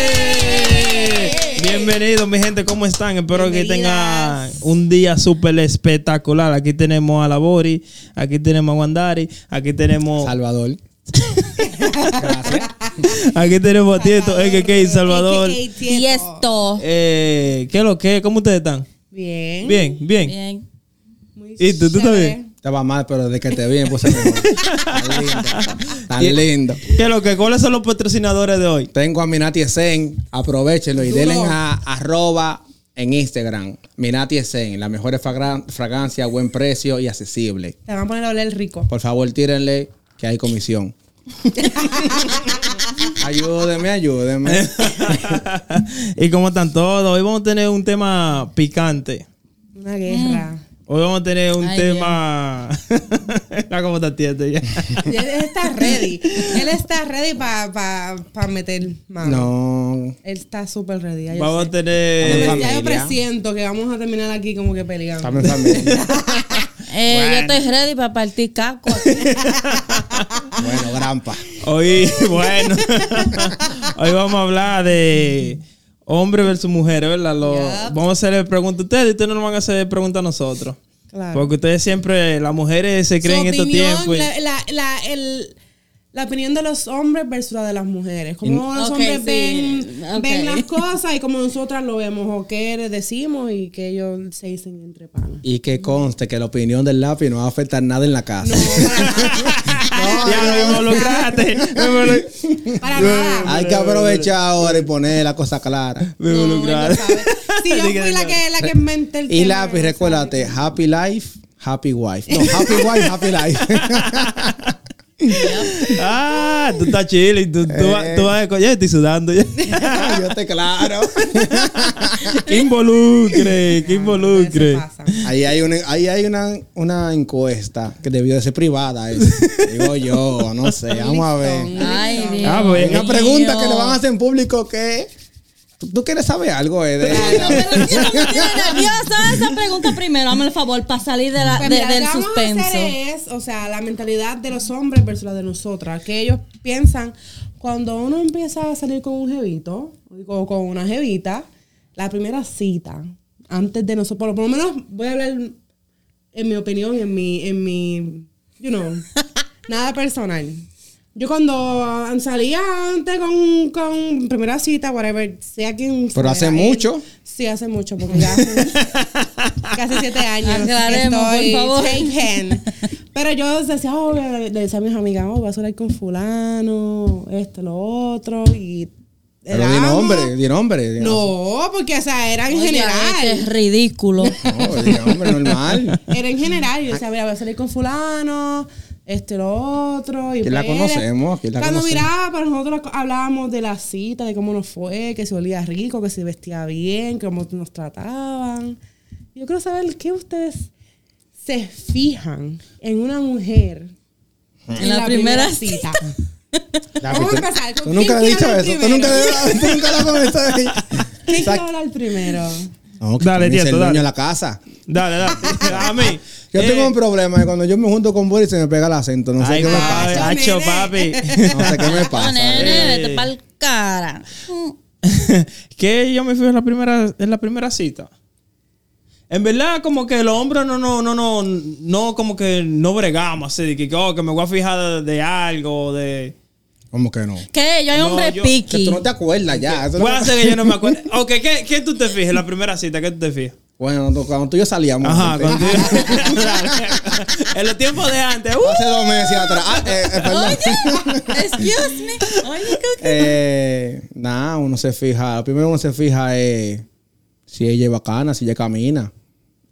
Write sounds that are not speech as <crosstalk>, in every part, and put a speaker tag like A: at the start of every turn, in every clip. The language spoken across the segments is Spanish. A: ¡Eh! Bienvenidos mi gente, ¿cómo están? Espero que tengan un día súper espectacular. Aquí tenemos a Labori, aquí tenemos a Wandari, aquí tenemos
B: Salvador.
A: <laughs> aquí tenemos a Tieto, XK, Salvador.
C: Y esto.
A: Eh, ¿Qué es lo que? ¿Cómo ustedes están?
C: Bien.
A: Bien, bien.
C: Bien.
A: ¿Y tú, tú estás bien?
B: Estaba mal, pero desde que te vi me puse mejor. Tan lindo. Tan lindo.
A: ¿Qué es lo que? ¿Cuáles son los patrocinadores de
B: <laughs>
A: hoy? <laughs>
B: Tengo a Minati Esen. Aprovechenlo y denle a arroba en Instagram. Minati Esen. Las mejores fragra- fragancias, buen precio y accesible.
D: Te van a poner a oler rico.
B: Por favor, tírenle que hay comisión. ayúdenme, ayúdenme.
A: ¿Y cómo están todos? Hoy vamos a tener un tema picante.
D: Una guerra.
A: Hoy vamos a tener un
C: Ay,
A: tema. Mira cómo <laughs> está Tieto
D: <laughs>
A: ya.
D: Y Él está
A: <laughs>
D: ready. Él está ready para pa, pa meter mano.
B: No.
D: Él está súper ready. Ya yo
A: Vamos a
D: sé.
A: tener.
D: Ya yo
B: familia.
D: presiento que vamos a terminar aquí como que peleando.
B: Estamos en familia.
C: Eh, Yo estoy ready para partir caco.
D: <laughs>
B: Bueno, grampa.
D: <laughs>
A: Hoy, bueno. <laughs> hoy vamos a hablar de hombre versus mujer, ¿verdad? Lo- Vamos a hacerle preguntas a ustedes y ustedes no nos van a hacer preguntas a nosotros.
D: Claro.
A: Porque ustedes siempre, las mujeres se creen en estos tiempos. y-
D: la, la, la, el- la opinión de los hombres versus la de las mujeres.
A: Mm.
D: Como los
C: Ok,
D: hombres
C: sí.
D: ven,
C: Ok.
D: ven las cosas y como nosotras lo vemos o qué les decimos y que ellos se dicen entre panas.
B: Y que conste que la opinión del lápiz no va a afectar nada en la casa.
A: <laughs>
D: <laughs>
A: ya lo involucraste. me involu-
D: Para nada.
B: Hay que aprovechar ahora y poner la cosa clara.
A: Me
D: No,
A: involucraste.
D: <laughs> ya sabes. Si yo fui la que, la que inventé el
B: Y
D: tema,
B: lápiz, recuérdate, happy life, happy wife. No,
C: <laughs>
B: happy wife, happy life. <laughs>
A: Ah, tú estás chile. Tú, tú, vas-
D: Eh.
A: tú vas a. Ya estoy sudando.
D: <laughs>
A: ya.
B: Yo te claro.
A: que involucre, que involucre.
D: ustedes se pasan.
B: Ahí hay una, ahí hay una, una encuesta que debió de ser privada. esa. Digo yo, no sé, vamos a ver.
C: Ay, Dios.
A: Ah, pues,
B: Una
C: mío.
B: pregunta que le van a hacer en público que... ¿Tú, tú quieres saber algo, eh, de-
C: Ay, no, pero
B: <laughs>
C: yo no me tiene nerviosa esa pregunta primero. Hazme el favor para salir de la,
D: Pues
C: de-
D: mira,
C: del
D: lo que vamos a
C: suspenso.
D: hacer es, o sea, la mentalidad de los hombres versus la de nosotras, que ellos piensan, cuando uno empieza a salir con un jevito, o con una jevita, la primera cita, antes de nosotros, por lo menos voy a hablar en mi opinión, en mi, en mi, you
C: <laughs>
D: know, nada personal. Yo cuando salía antes con, con primera cita, whatever, sea quien
B: Pero hace
D: fuera, él-
B: mucho.
D: Sí, hace mucho, porque ya
B: <laughs>
D: hace casi siete años. que
C: Aclaremos, por
D: estoy
C: favor. <laughs>
D: taken. Pero yo decía, oh, le decía a mis amigas, oh, vas a hablar con fulano, esto, lo otro, y...
B: Pero
D: era
B: di
D: amo.
B: nombre, di nombre. di-
D: No, porque, o sea, era en
C: Oye, este
D: general. <laughs>
C: es ridículo.
B: No, di nombre
C: <laughs>
B: normal.
D: Era en general.
B: Ah.
D: Yo decía, mira, voy a salir con fulano, este, lo otro. Y
B: Que la
D: pues,
B: conocemos, que la
D: Cuando
B: conocemos.
D: miraba, para nosotros hablábamos de la cita, de cómo nos fue, que se olía rico, que se vestía bien, cómo nos trataban. Yo quiero saber qué ustedes se fijan en una mujer
C: En la primera <laughs>
D: cita. Vamos a
B: tú,
D: empezar.
B: tú nunca
D: ¿Quién
B: le has dicho
D: quiere
B: eso. Tú
D: primero?
B: nunca, tú nunca le has
C: <laughs>
B: comentado ahí.
D: ¿Quién quiere
B: Sac-
D: hablar primero?
B: No, que
A: Dale,
B: tú me dices
A: Tieto,
B: el
A: dale.
B: dueño de la casa.
A: Dale,
B: <laughs>
A: dale. A mí.
B: Yo
A: Eh,
B: tengo un problema que cuando yo me junto con Boris se me pega el acento. No sé
A: ay, eh,
B: qué me
A: papi,
B: pasa.
A: hacho, papi.
B: <laughs> No sé qué me
C: No,
B: pasa.
C: nene,
A: eh.
C: vete pa'l cara.
B: <laughs>
A: que yo me fui en la primera, en la primera cita. En verdad, como que los hombres no, no, no, no, no, como que no bregamos así, de que, oh, que me voy a fijar de, de algo, de.
B: ¿Cómo que no?
C: ¿Qué? Yo hay
A: No,
C: hombre
A: yo-
B: Que
C: piqui.
B: tú no te acuerdas ya. Eso no-
A: Puede ser que yo no me
B: <laughs>
A: acuerdo. Ok, ¿qué, qué tú te fijas en la primera cita? ¿Qué tú te fijas?
B: Bueno, tú- cuando tú y yo salíamos.
A: Ajá,
B: antes,
A: cuando <laughs> En los tiempos de antes, ¡uh!
B: Hace dos meses atrás. Ah, eh, eh, perdón. <laughs>
C: Oye, excuse me. Oye, ¿qué-
B: Eh, Nada, uno se fija. Lo primero uno se fija es si ella es bacana, si ella camina.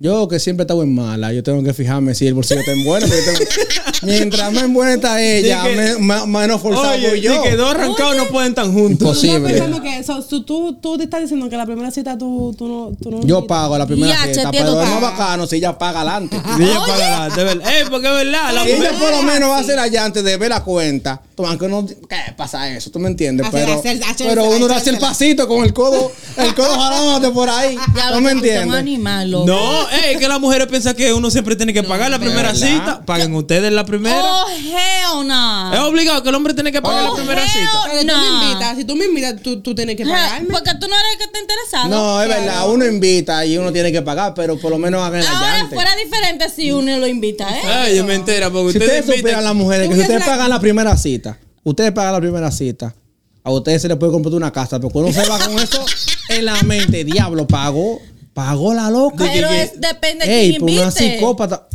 B: Yo que siempre estaba en mala, yo tengo que fijarme si el bolsillo está en bueno. porque tengo-
A: <laughs>
B: Mientras más en buena está ella,
A: Di que-
B: me- ma- menos
A: uh,
B: forzado
A: Oye,
B: voy yo.
A: yo. que dos arrancados no pueden estar juntos.
D: Estoy
B: Imposible.
D: pensando que so, so, tú, tú te estás diciendo que la primera cita tú, tú no... Tú no
B: Yo pago la primera
C: Ya,
B: fiesta,
C: Chetito
B: pero no
C: paga.
B: bacano si ella
D: <laughs>
B: paga adelante.
A: Y ella para adelante, ¿verdad? Eh, porque es verdad, la
B: Si ella
A: mujer-
B: por lo menos va a hacer allá antes de ver la cuenta. tú, Aunque no ¿qué pasa eso? ¿Tú me entiendes?
D: Hacer-
B: Pero,
D: hacer- hacer-
B: pero
D: hacer-
B: uno le hace el
D: hacerla.
B: pasito con el codo, el codo jalándote por ahí.
D: <laughs>
C: Ya
B: ¿No
C: lo
B: me
C: que tú te vas a
B: entiendes?
C: animar, loco.
A: No, ey, que las mujeres piensan que uno siempre tiene que pagar la primera
B: ¿verdad?
A: cita. Paguen ustedes la primera.
C: Oh, hell no.
A: Es obligado que el hombre tiene que pagar
C: Oh,
A: la primera
C: hell
A: cita.
D: Pero tú
C: no.
D: me invitas, si tú me invitas, tú, tú tienes que
C: Ja,
D: pagarme.
C: Porque tú no eres el que está interesado.
B: No, es verdad, uno invita y uno tiene que pagar, pero por lo menos hagan la
C: Ahora
B: llante.
C: fuera diferente si uno lo invita, ¿eh?
A: Ay, yo me entera porque
B: Si
A: ustedes
B: ustedes
A: invitan.
B: supieran las mujeres
D: Tú
B: que si ustedes
D: hubieses la-
B: pagan la primera cita, ustedes pagan la primera cita, a ustedes se les puede comprar una casa, porque uno se va con eso en la mente. Diablo, pagó, pagó la loca.
C: Pero
A: que-
C: es, depende de
B: Ey,
C: quién
B: pues una
C: invite.
B: psicópata.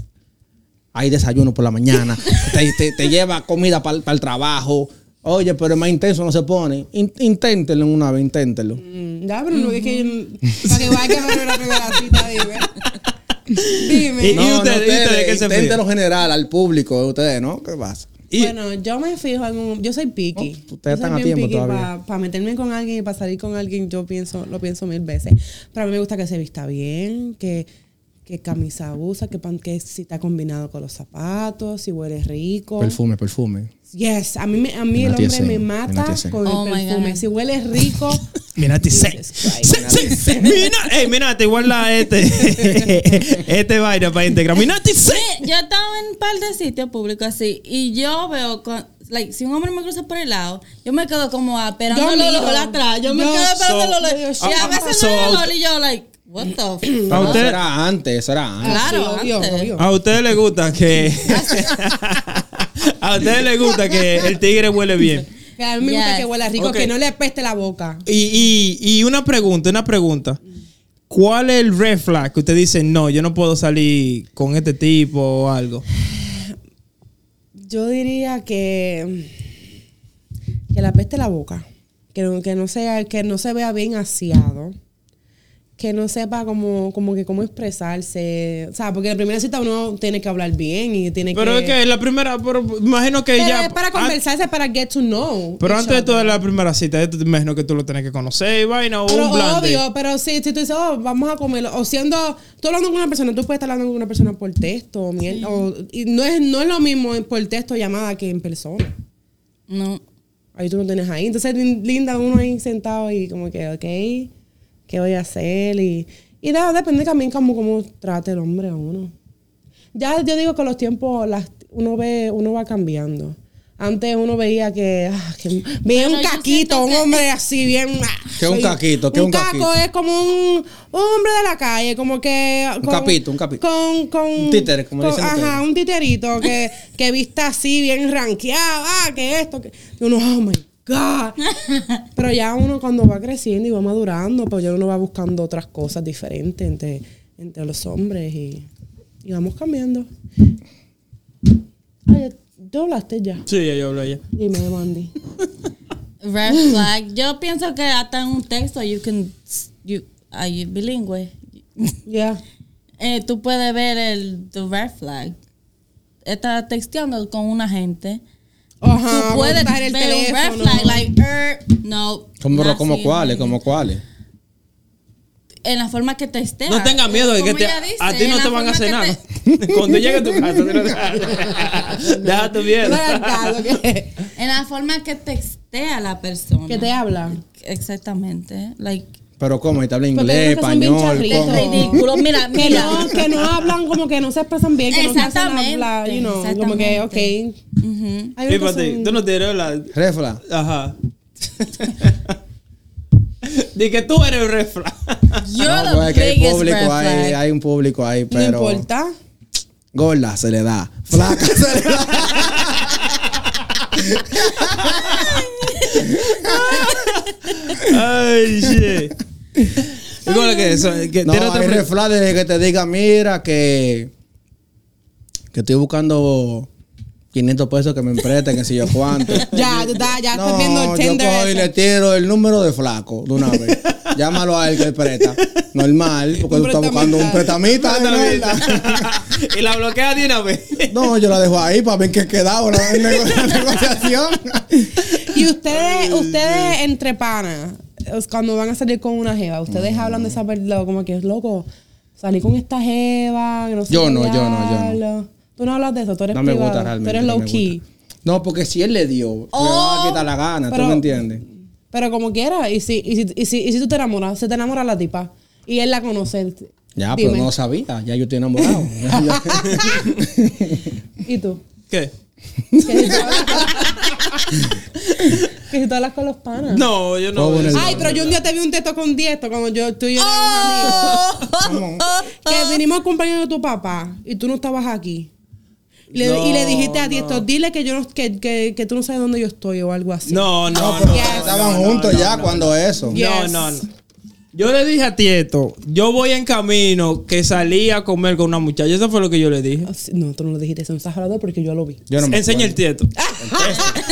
B: Hay desayuno por la mañana. te, te- te lleva comida para el trabajo. Oye, pero es más intenso, no se pone. In- inténtenlo una vez, inténtenlo.
D: Mm, Ya, pero no es que yo- para que vaya a ver la primera cita, dime. Dime.
A: Y- ustedes, ¿y ustedes qué se
B: inténtenlo general, al público, eh, ustedes, ¿no? ¿Qué pasa?
A: Y-
D: bueno, yo me fijo en un. Yo soy piqui.
B: Oh, ustedes están a tiempo todavía.
D: Para meterme con alguien y para salir con alguien, yo pienso, lo pienso mil veces. Pero a mí me gusta que se vista bien, que, que camisa usa, que, pan, que si está combinado con los zapatos, si huele rico.
B: Perfume, perfume.
D: Yes, a mí, me- a mí el
B: Nati
D: hombre
B: Sen,
D: me
B: Nati
D: mata
B: Sen.
D: con el
C: Oh my
D: perfume.
C: God.
D: Si huele rico,
A: Mira, este, te sé. Mira, ey, mira, te guarda este. <laughs> este vaina para Instagram. Mira, este, te sé.
C: Sí, Eh, yo he estado en un par de sitios públicos así y yo veo, con- like, si un hombre me cruza por el lado, yo me quedo como ah, esperando
D: Yo
C: los
D: miro.
C: olores atrás. Yo me
A: Yo
C: quedo esperando
A: so-
C: los olores.
A: yo-
C: Y a
A: ah,
C: veces
A: so- Ah,
C: no era el olor y yo, like, what the f-
B: No,
A: usted-
B: eso era antes, eso era antes.
C: <laughs> Claro,
D: Sí, obvio,
C: antes.
D: obvio.
A: A ustedes les gusta que. <laughs> a ustedes les gusta que el tigre huele bien.
D: que a mí me gusta
C: Yes.
D: que huela rico,
A: Ok.
D: que no le apeste la boca.
A: Y, y, y una pregunta, una pregunta. ¿Cuál es el red flag que usted dice, no, yo no puedo salir con este tipo o algo?
D: Yo diría que que la peste la boca, que no, que no sea que no se vea bien aseado, que no sepa cómo como que cómo expresarse, o sea, porque la primera cita uno tiene que hablar bien y tiene
A: Pero es
D: que
A: que es la primera, pero imagino que
D: Pero
A: ya.
D: es para conversarse, para get to know.
A: Ah, pero
D: each
A: antes de
D: other.
A: toda la primera cita, yo te imagino que tú lo tenés que conocer y vaina o
D: Pero
A: un blande.
D: obvio, pero sí, si tú dices, oh, vamos a comerlo, o siendo, tú hablando con una persona, tú puedes estar hablando con una persona por texto, o mier- o- y no es, no es lo mismo por texto llamada que en persona.
C: No.
D: Ahí tú no tienes ahí. Entonces, lin- linda, uno ahí sentado y como que, ok, ¿qué voy a hacer? Y, y nada, depende también cómo, cómo trate el hombre a uno. Ya yo digo que los tiempos, las, uno ve, uno va cambiando. Antes uno veía que, ah, que- veía
C: Bueno,
D: un
C: yo
D: caquito,
C: siento
D: un
C: que-
D: hombre así bien. ah,
B: ¿Qué un caquito? ¿Qué un caquito?
D: caco es como un, un hombre de la calle, como que.
B: Un capito, un capito.
D: Con, con,
B: Un títere, como
D: Mm, con-
B: dicen ustedes.
D: Ajá, un titerito
C: <laughs>
D: que, que vista así, bien ranqueado, ah, que esto, que. Y uno, oh my
C: <laughs>
D: God. Pero ya uno cuando va creciendo y va madurando, pues ya uno va buscando otras cosas diferentes entre, entre los hombres y, y vamos cambiando. Oye, tú hablaste ya.
A: Sí, yo hablo ya.
D: Dime, Mandy.
C: Red flag. Yo pienso que hasta en un texto you can you are you bilingüe. <laughs>
D: Ya.
C: Eh, tú puedes ver el the red flag. Estás texteando con una gente.
D: Ajá,
C: tú puedes
D: montar
C: ver
D: el
C: un red
D: teléfono.
C: flag like er, no.
B: Como,
D: Ah,
C: no,
B: como
C: sí,
B: cuáles,
C: no.
B: como cuáles.
C: en la forma que textea.
A: No tengas miedo de que
C: Como
A: te-
C: ella dice,
A: a ti no
C: en
A: te
C: la
A: van a hacer
C: forma que
A: nada.
C: te-
A: <laughs> Cuando llegue a tu casa, tú no te- deja tu miedo.
C: <laughs>
D: que,
C: en la forma que textea la persona.
D: que te habla.
C: Exactamente. Like,
B: Pero cómo, y te habla
D: Porque
B: inglés,
D: creo que son bien
B: español,
D: charritos.
B: ¿cómo? <laughs>
C: ridículo. Mira,
D: Que
C: mira.
D: no, que no hablan, como que no se expresan bien, que no se hacen
C: Exactamente,
D: hablar, you know, como que, ok.
C: exactamente. Ujú.
D: Hay unos que
A: Fíjate,
D: son-
A: pues, tú no tienes la.
B: Refla.
A: Ajá. <laughs> Di que tú eres el red flag.
C: You're
B: No,
C: the
B: pues, es que hay
C: biggest
B: público
C: red
B: ahí,
C: flag.
B: hay un público ahí,
D: No
B: pero
D: importa.
B: gorda se le da, flaca se le da.
A: Ay, shit. ¿Y ¿Cómo es que eso? ¿Que <laughs>
B: No,
A: tiene otra
B: hay
A: pre-
B: refla desde que te diga, mira que que estoy buscando 500 pesos que me empresten, que si yo cuánto.
D: <laughs> Ya, tú estás- ya estás
B: No,
D: viendo
B: yo
D: el Tinder.
B: cojo y
D: ese.
B: le tiro el número de flaco de
D: <laughs>
B: una vez. Llámalo a él que presta. Normal, porque tú estás buscando un pretamita.
A: Ándale,
B: ¿no?
A: <laughs> y la bloquea de una vez.
B: No, yo la dejo ahí para ver qué quedaba la la
D: <laughs>
B: negociación.
D: Y ustedes, ustedes entre panas, es cuando van a salir con una jeva,
B: Mm.
D: ustedes hablan de esa perla como que es loco. Salí con esta jeva, que no sé
B: Yo
D: qué
B: no, yo no, yo no.
D: diablo". Tú no hablas de eso, tú eres
B: No me gusta
D: privado,
B: realmente.
D: tú eres
B: no
D: low
B: me
D: key.
B: gusta. No, porque si él le dio, le va a quitar la gana, ¿tú
D: Oh, pero-
B: me entiendes?
D: Pero como quiera, y si, y si, y si, y si tú te enamoras, se te enamora la tipa y él la conoce.
B: Ya,
D: Dime.
B: pero no lo sabía. Ya yo
D: <laughs>
B: estoy enamorado. <laughs> Ya, ya.
D: ¿Y tú?
A: ¿Qué?
D: Que si tú hablas con- que si tú hablas con los panas.
A: No, yo no.
B: Todo en el-
D: Ay, pero yo un día te vi un texto con 10 cuando yo, tú y yo éramos amigos. <laughs> Que vinimos al cumpleaños de tu papá y tú no estabas aquí. Y le, y le dijiste a Tiesto, dile que yo no, que, que, que tú no sabes dónde yo estoy o algo así.
A: No, no,
B: No,
A: no.
B: pero estaban juntos ya cuando eso.
D: Yes.
A: No, no, no. Yo le dije a Tieto, yo voy en camino que salí a comer con una muchacha. Eso fue lo que yo le dije.
D: Así- No, tú no lo dijiste, eso no estás hablando porque yo lo vi.
B: Yo no me
A: Enseña el
B: acuerdo.
A: Tieto.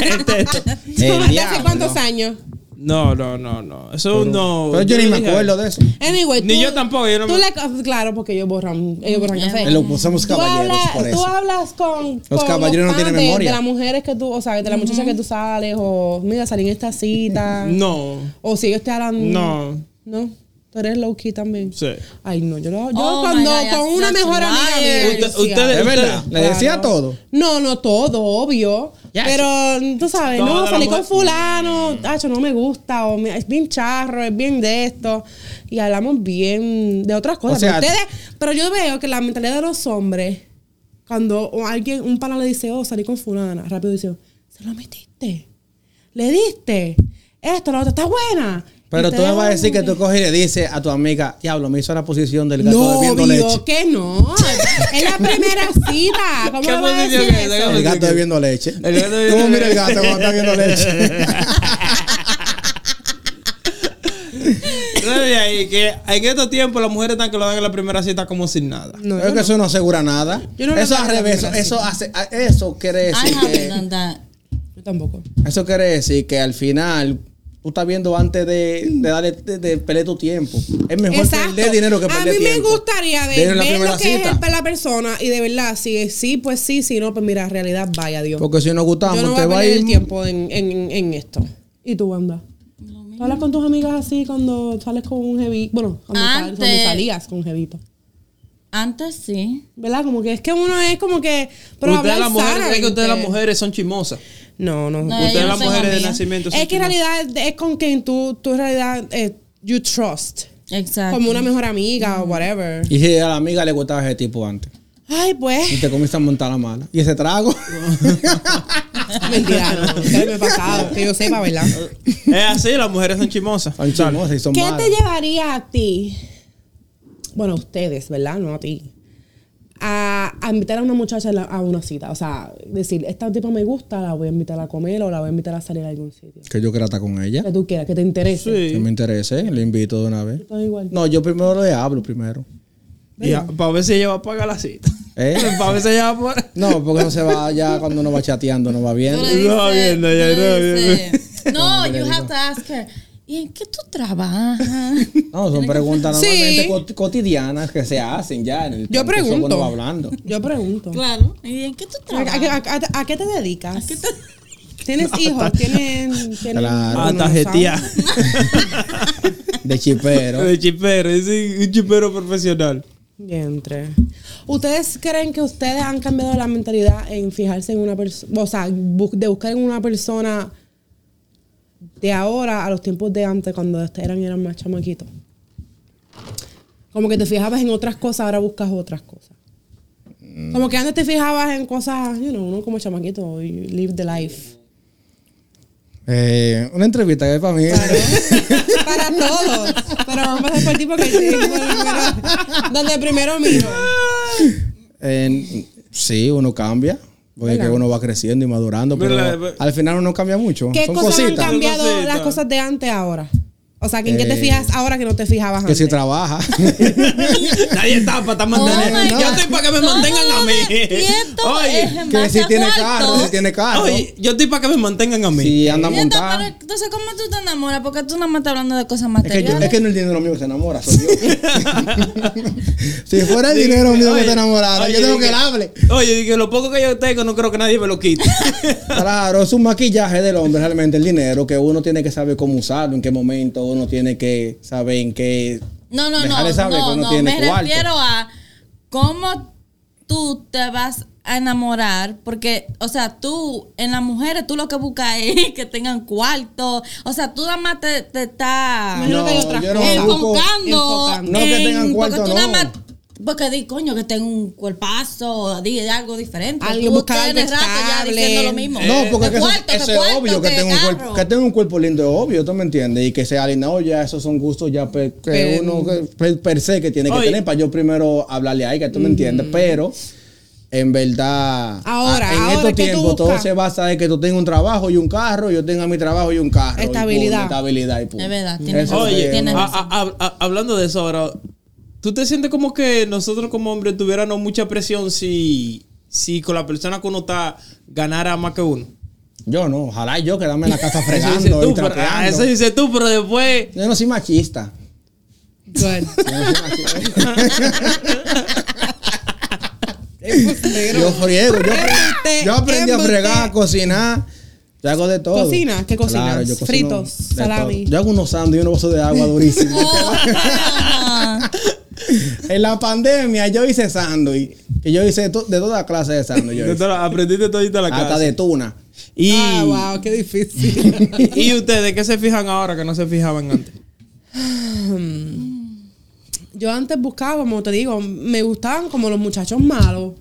A: el Tieto.
B: El
D: <laughs> ¿Hace
B: Eh, diablo.
D: cuántos años?
A: No, no, no, no. Eso no.
B: Pero yo ni me
A: dije-
B: acuerdo de eso.
D: Anyway,
A: Ni
D: tú-
A: yo tampoco, yo no
D: tú
A: me-
D: le- claro, porque ellos borran, ellos borran café.
B: Lo somos
D: Tú
B: caballeros
D: hablas,
B: por
D: tú
B: eso.
D: hablas con, con
B: caballeros no
D: panas
B: tienen
D: de-
B: memoria. Mm-hmm.
D: De las mujeres que tú, o sea, de las muchachas que tú sales, o mira, salí en esta cita.
A: No,
D: O si ellos te hablan.
A: no.
D: No. Tú eres low key también.
A: Sí.
D: Ay, no, yo lo. Yo
C: Oh my
D: cuando
C: God,
D: con
C: that's-
D: una
C: that's
D: mejor amiga mía.
C: wild.
D: yo
A: Usted-
D: decía,
A: ustedes-
B: Es verdad. Le decía todo.
D: No, no todo, obvio.
B: Yes.
D: Pero tú sabes,
A: Todas
D: no,
A: las
D: salí con
A: mujeres-
D: fulano,
A: Mm.
D: tacho, no me gusta, o me- es bien charro, es bien de esto. Y hablamos bien de otras cosas.
B: O sea-
D: pero, ustedes- pero yo veo que la mentalidad de los hombres, cuando o alguien, un pana le dice, oh, salí con fulana, rápido dice, se lo metiste, le diste, esto, lo otro, está buena.
B: Pero
D: Y
B: tú
D: ustedes
B: me vas a decir que
D: van-
B: tú coges y le dices a tu amiga, diablo, me hizo la posición del gato
D: no,
B: bebiendo leche.
D: obvio que no. es la primera cita.
A: <laughs>
D: ¿Cómo
A: ¿Qué
D: le vas a decir
A: posición es?
D: eso?
B: El gato bebiendo leche.
A: El gato bebiendo
B: ¿Cómo mira
A: leche.
B: el gato cuando está bebiendo leche?
A: Entonces, de ahí que en estos tiempos las mujeres están que lo dan en la primera cita como sin nada.
D: No,
B: es que eso no asegura nada.
D: Yo no lo
B: eso al
D: haría
B: revés, eso,
D: así.
B: eso hace, a- eso quiere
C: I
B: decir
C: haven't
B: que,
C: done that.
D: Yo tampoco.
B: eso quiere decir que al final tú estás viendo antes de, de darle de, de perder tu tiempo. Es mejor perder dinero que perder
D: a mí
B: tiempo.
D: me gustaría ver,
B: Dinero en la
D: ver
B: primera
D: lo que es
B: cita.
D: el- la persona y de verdad, si es sí, pues sí, si no, pues mira, realidad, vaya Dios.
B: Porque si nos gustamos,
D: Yo no voy
B: te
D: a
B: va a
D: perder el
B: ir.
D: tiempo en, en, en esto. ¿Y tú, Wanda? ¿Tú hablas con tus amigas así cuando sales con un jevito? Bueno, cuando, sal-
C: Antes.
D: cuando salías con un jevito.
C: Antes sí.
D: ¿Verdad? Como que es que uno es como que... Pero
A: ustedes
D: hablar
A: las mujeres, creen que ustedes las
D: sanamente.
A: mujeres son chimosas.
D: No, no.
C: No,
A: ustedes
C: yo
A: las
C: soy
A: mujeres de
C: amiga.
A: nacimiento son
D: es que en
A: chimosas.
D: realidad es con quien tú, tú en realidad, eh, you trust.
C: Exacto.
D: Como una mejor amiga o whatever.
B: Y si a la amiga le gustaba ese tipo antes.
D: Ay, pues.
B: Y te comiste a montar la mala. Y ese
D: <laughs>
B: trago.
D: Mentira, no. Ya me he pasado. Que yo sepa, ¿verdad?
A: Es así, las mujeres son chimosas.
B: Son chismosas y son
D: ¿Qué
B: malas.
D: te llevaría a ti? Bueno, ustedes, ¿verdad? No a ti. A, a invitar a una muchacha a la- a una cita. O sea, decir, esta tipo me gusta, la voy a invitar a comer o la voy a invitar a salir a algún sitio.
B: Que yo quiera estar con ella.
D: Que tú quieras, que te interese.
B: Que
A: Sí.
B: me interese, le invito de una vez.
D: Todo igual.
B: No, yo primero le hablo primero.
A: Y a- para ver si ella va a pagar la
B: <laughs>
A: cita.
D: <laughs>
B: ¿Eh?
A: Para ver si ella va a pagar.
B: No, porque no se va ya cuando uno va chateando, no va
C: Tú
B: viendo.
C: le dices-
A: No, bien, no,
C: tú
A: ya,
C: le
A: no, bien.
B: <laughs>
C: dices, No,
B: Hombre,
C: you
B: digo.
C: have to ask her. ¿Y en qué tú trabajas?
B: No, son preguntas
D: Sí.
B: normalmente cot- cotidianas que se hacen ya en el
D: Yo
B: transcurso
D: pregunto.
B: cuando va hablando.
D: <laughs> Yo pregunto.
C: claro. ¿Y en qué tú
D: ¿A,
C: trabajas?
D: a- a- a- a qué te dedicas? ¿Tienes hijos? ¿Tienen, tienen
B: Claro.
A: A
D: Bueno, no
A: tajetear.
D: saben.
B: De chipero.
A: <laughs>
D: <laughs>
A: De chipero, es un chipero profesional.
D: Vientre. ¿Ustedes creen que ustedes han cambiado la mentalidad en fijarse en una persona, o sea, bu- de buscar en una persona de ahora a los tiempos de antes, cuando ustedes eran, eran más chamaquitos? Como que te fijabas en otras cosas, ahora buscas otras cosas. Como que antes te fijabas en cosas, you know, uno como chamaquito, you live the life.
B: Eh, una entrevista que es para mí. <laughs>
D: Para todos. Pero vamos a empezar por ti porque es donde primero miro.
B: Eh, sí, uno cambia. Porque que uno va creciendo y madurando, pero
A: ¿Verdad?
B: al final uno cambia mucho.
D: eh, ¿Qué
B: Son
D: cosas han
B: cositas.
D: cambiado
A: Son cositas.
D: las cosas de antes ahora? O sea, ¿en qué te
B: Eh,
D: fijas ahora que no te fijabas
B: Que
D: antes? <laughs>
B: si trabaja.
A: <laughs> Nadie está para estar
C: Oh my
A: manteniendo. Yo
C: God.
A: estoy para que me mantengan a mí.
C: Todo de quieto
A: <laughs>
C: es
A: Oye,
C: en
B: que
C: base
B: si
C: a
B: tiene
C: cuarto.
B: carro, si tiene carro.
A: oye, yo estoy para que me mantengan a mí.
B: si anda
C: Y entonces, pero,
B: montada.
C: entonces, ¿cómo tú te enamoras? Porque tú nada más estás hablando de cosas
B: Es que,
C: materiales.
B: yo- es que no es el dinero mío que se enamora, soy yo. si fuera el dinero mío que
A: Oye,
B: se enamorara,
A: oye,
B: yo tengo que
A: dije-
B: darle.
A: Oye, dije, lo poco que yo tengo no creo que nadie me lo quite. <laughs>
B: Claro, es un maquillaje del hombre realmente el dinero que uno tiene que saber cómo usarlo, en qué momento uno tiene que saber en qué.
C: No, no, no.
B: Dejarle saber que
C: no,
B: uno
C: no,
B: tiene
C: me
B: cuarto.
C: refiero a cómo tú te vas a enamorar porque, o sea, tú en las mujeres, tú lo que buscas es <laughs> que tengan cuarto. O sea, tú nada más te, te estás
D: Imagino que hay otra
B: yo no
D: cosa.
B: busco-
C: enfocando.
D: Enfocando.
B: No, que
C: en-
B: tengan cuarto,
C: porque tú nada
B: no.
C: más- porque di, coño, que tengo un cuerpazo, di algo diferente.
D: Algo,
C: Tú
D: buscar algo
C: tienes rato ya
D: estable.
C: diciendo lo mismo.
B: No, porque
C: Que
B: es que eso-
C: Eh, cuarto,
B: eso,
C: que
B: es
C: cuarto,
B: obvio que,
C: que
B: tenga un cuerpo,
C: carro.
B: que tenga un cuerpo lindo, es obio, ¿tú me entiendes? Y que sea alineado ya, esos son gustos ya pe- que
D: Pero-
B: uno que- per, per se que tiene que
A: Oye.
B: tener para yo primero hablarle a ella, ¿tú me entiendes? Pero en verdad,
D: Ahora,
B: a- en
D: ahora
B: estos
D: es que tú
B: tiempos todo
D: buscas-
B: se basa en que tú tengas un trabajo y un carro, yo tenga mi trabajo y un carro. y punto,
D: Estabilidad.
B: estabilidad y punto.
C: Es verdad, tienes
B: Eso
C: razón,
B: es lo que-
A: Oye,
C: tienes
A: a-
C: razón.
A: a- a- a- hablando de eso ahora, ¿tú te sientes como que nosotros como hombres tuviéramos mucha presión si, si con la persona que uno está ganara más que uno?
B: Yo no, ojalá yo quedarme en la casa
A: Eso dices
B: fregando
A: tú,
B: y
A: pero, ah, eso
B: trapeando.
A: dices tú, pero después...
B: Yo no soy machista. <laughs>
D: Good.
B: Yo no soy machista.
D: Hemos negro.
B: Yo friego, yo,
D: Embuste,
B: yo aprendí a
D: embuste.
B: fregar, a cocinar. Yo hago de todo.
D: Cocina, ¿qué cocinas? Fritos,
B: de
D: salami.
B: todo. Yo hago unos sándwiches y un vaso
D: <laughs>
B: de agua durísimo.
C: Oh,
B: <laughs> en la pandemia yo hice sándwich. Que yo hice to- de toda clase de sándwich. yo
A: De
B: hice.
A: toda la- aprendiste todita la
B: Hasta
A: casa.
B: Ah, de tuna.
A: Y,
D: Ah, wow, qué
B: <laughs>
D: difícil.
A: y ustedes, ¿qué se fijan ahora que no se fijaban <laughs> antes?
D: Yo antes buscaba, como te digo, me gustaban como los muchachos malos.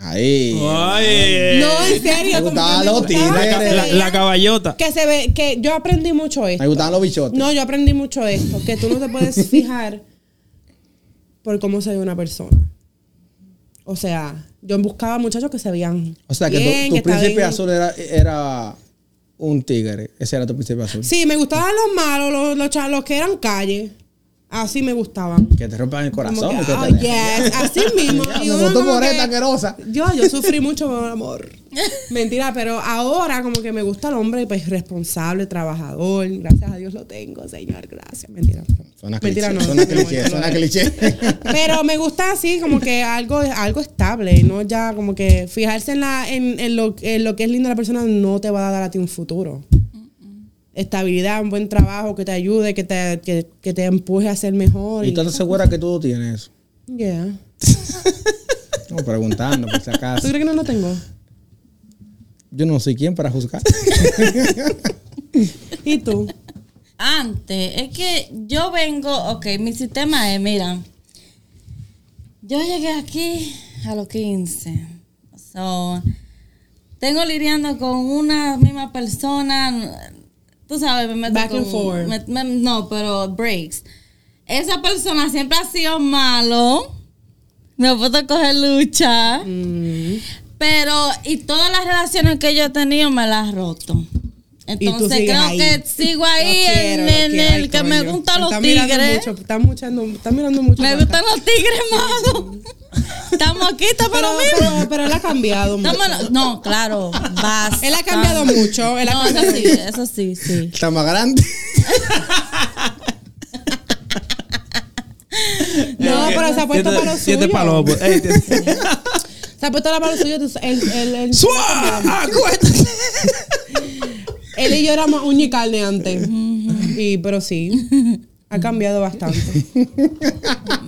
B: Ahí.
A: Ay,
D: No, en serio.
B: Me
D: como que
B: gustaban
D: me
B: los
D: gustaba
A: la,
D: que
A: ca-
D: se
B: tigres.
A: Eh. la- la
D: veían-
A: caballota.
D: Que se ve, que yo aprendí mucho esto.
B: Me gustaban los bichotes.
D: No, yo aprendí mucho esto, que tú no te
B: <laughs>
D: puedes fijar por cómo se ve una persona. O sea, yo buscaba muchachos que se veían.
B: O sea que tu-
D: bien,
B: tu,
D: estaban
B: príncipe
D: bien.
B: azul era, era un tigre. Ese era tu príncipe azul.
D: Sí, me gustaban los malos, los, los, cha- los que eran calle. Así me gustaban.
B: Que te rompan el
D: Como
B: corazón.
D: que,
B: que te
D: oh,
B: dejen.
D: yes, así
B: <laughs>
D: mismo.
B: Ya,
D: Y
B: me
D: uno
B: botó
D: como
B: por
D: que-
B: esta asquerosa.
D: Yo, yo sufrí mucho por amor. Mentira, pero ahora como que me gusta el hombre pues, responsable, trabajador. Gracias a Dios lo tengo, señor. Gracias. Mentira.
B: Suena
D: Mentira,
B: cliché.
D: no.
B: Suena
D: no, no,
B: cliché.
D: no,
B: Suena
D: no.
B: cliché.
D: Pero me gusta así, como que algo, algo estable, ¿no? Ya como que fijarse en, la, en, en lo, en lo que es linda la persona no te va a dar a ti un futuro. Estabilidad, un buen trabajo que te ayude, que te, que, que te empuje a ser mejor.
B: ¿Y
D: Y,
B: tú estás segura que tú no tienes eso?
D: Yeah.
B: No, preguntando, por si
D: ¿Tú <laughs>
B: acaso.
D: crees que no lo tengo?
B: Yo no soy quién para juzgar.
A: <laughs>
D: ¿Y tú?
C: Antes, es que yo vengo, ok, mi sistema es, mira, yo llegué aquí a los 15. So, tengo lidiando con una misma persona, tú sabes, me meto
D: Back and
C: con-
D: forth.
C: me- me- no, pero breaks. Esa persona siempre ha sido malo. Me puedo coger lucha.
D: Mm.
C: Pero, y todas las relaciones que yo he tenido me las he roto.
D: tú
C: Entonces
D: sigues
C: creo
D: ahí.
C: que sigo
D: Lo
C: ahí en,
D: quiero, lo
C: en
D: quiero. Ay,
C: el que me
D: coño.
C: gustan los
D: Estás mirando
C: tigres.
D: mucho, Estás mirando, estás mirando mucho.
C: Me
D: para acá.
C: gustan los tigres, mano. Estamos aquí, estamos
D: Pero,
C: lo mismo.
D: pero, pero él ha cambiado mucho.
C: Estamos lo- No, claro. Vas.
D: Él ha cambiado mucho. Él ha
C: No,
D: cambiado
C: eso sí, eso
D: <laughs>
C: sí, sí.
B: Está más grande.
D: No, pero se ha puesto
A: Siete-
D: para lo
A: siete
D: suyo.
A: palos, pues. Ey,
D: <laughs>
A: siete-
D: Se ha puesto la mano suya. entonces, Él, él, él-
A: ¡Suá! Acuéstate.
D: él y yo éramos uña y carne antes. Y, pero sí, ha cambiado
C: <laughs>
D: bastante.
C: Me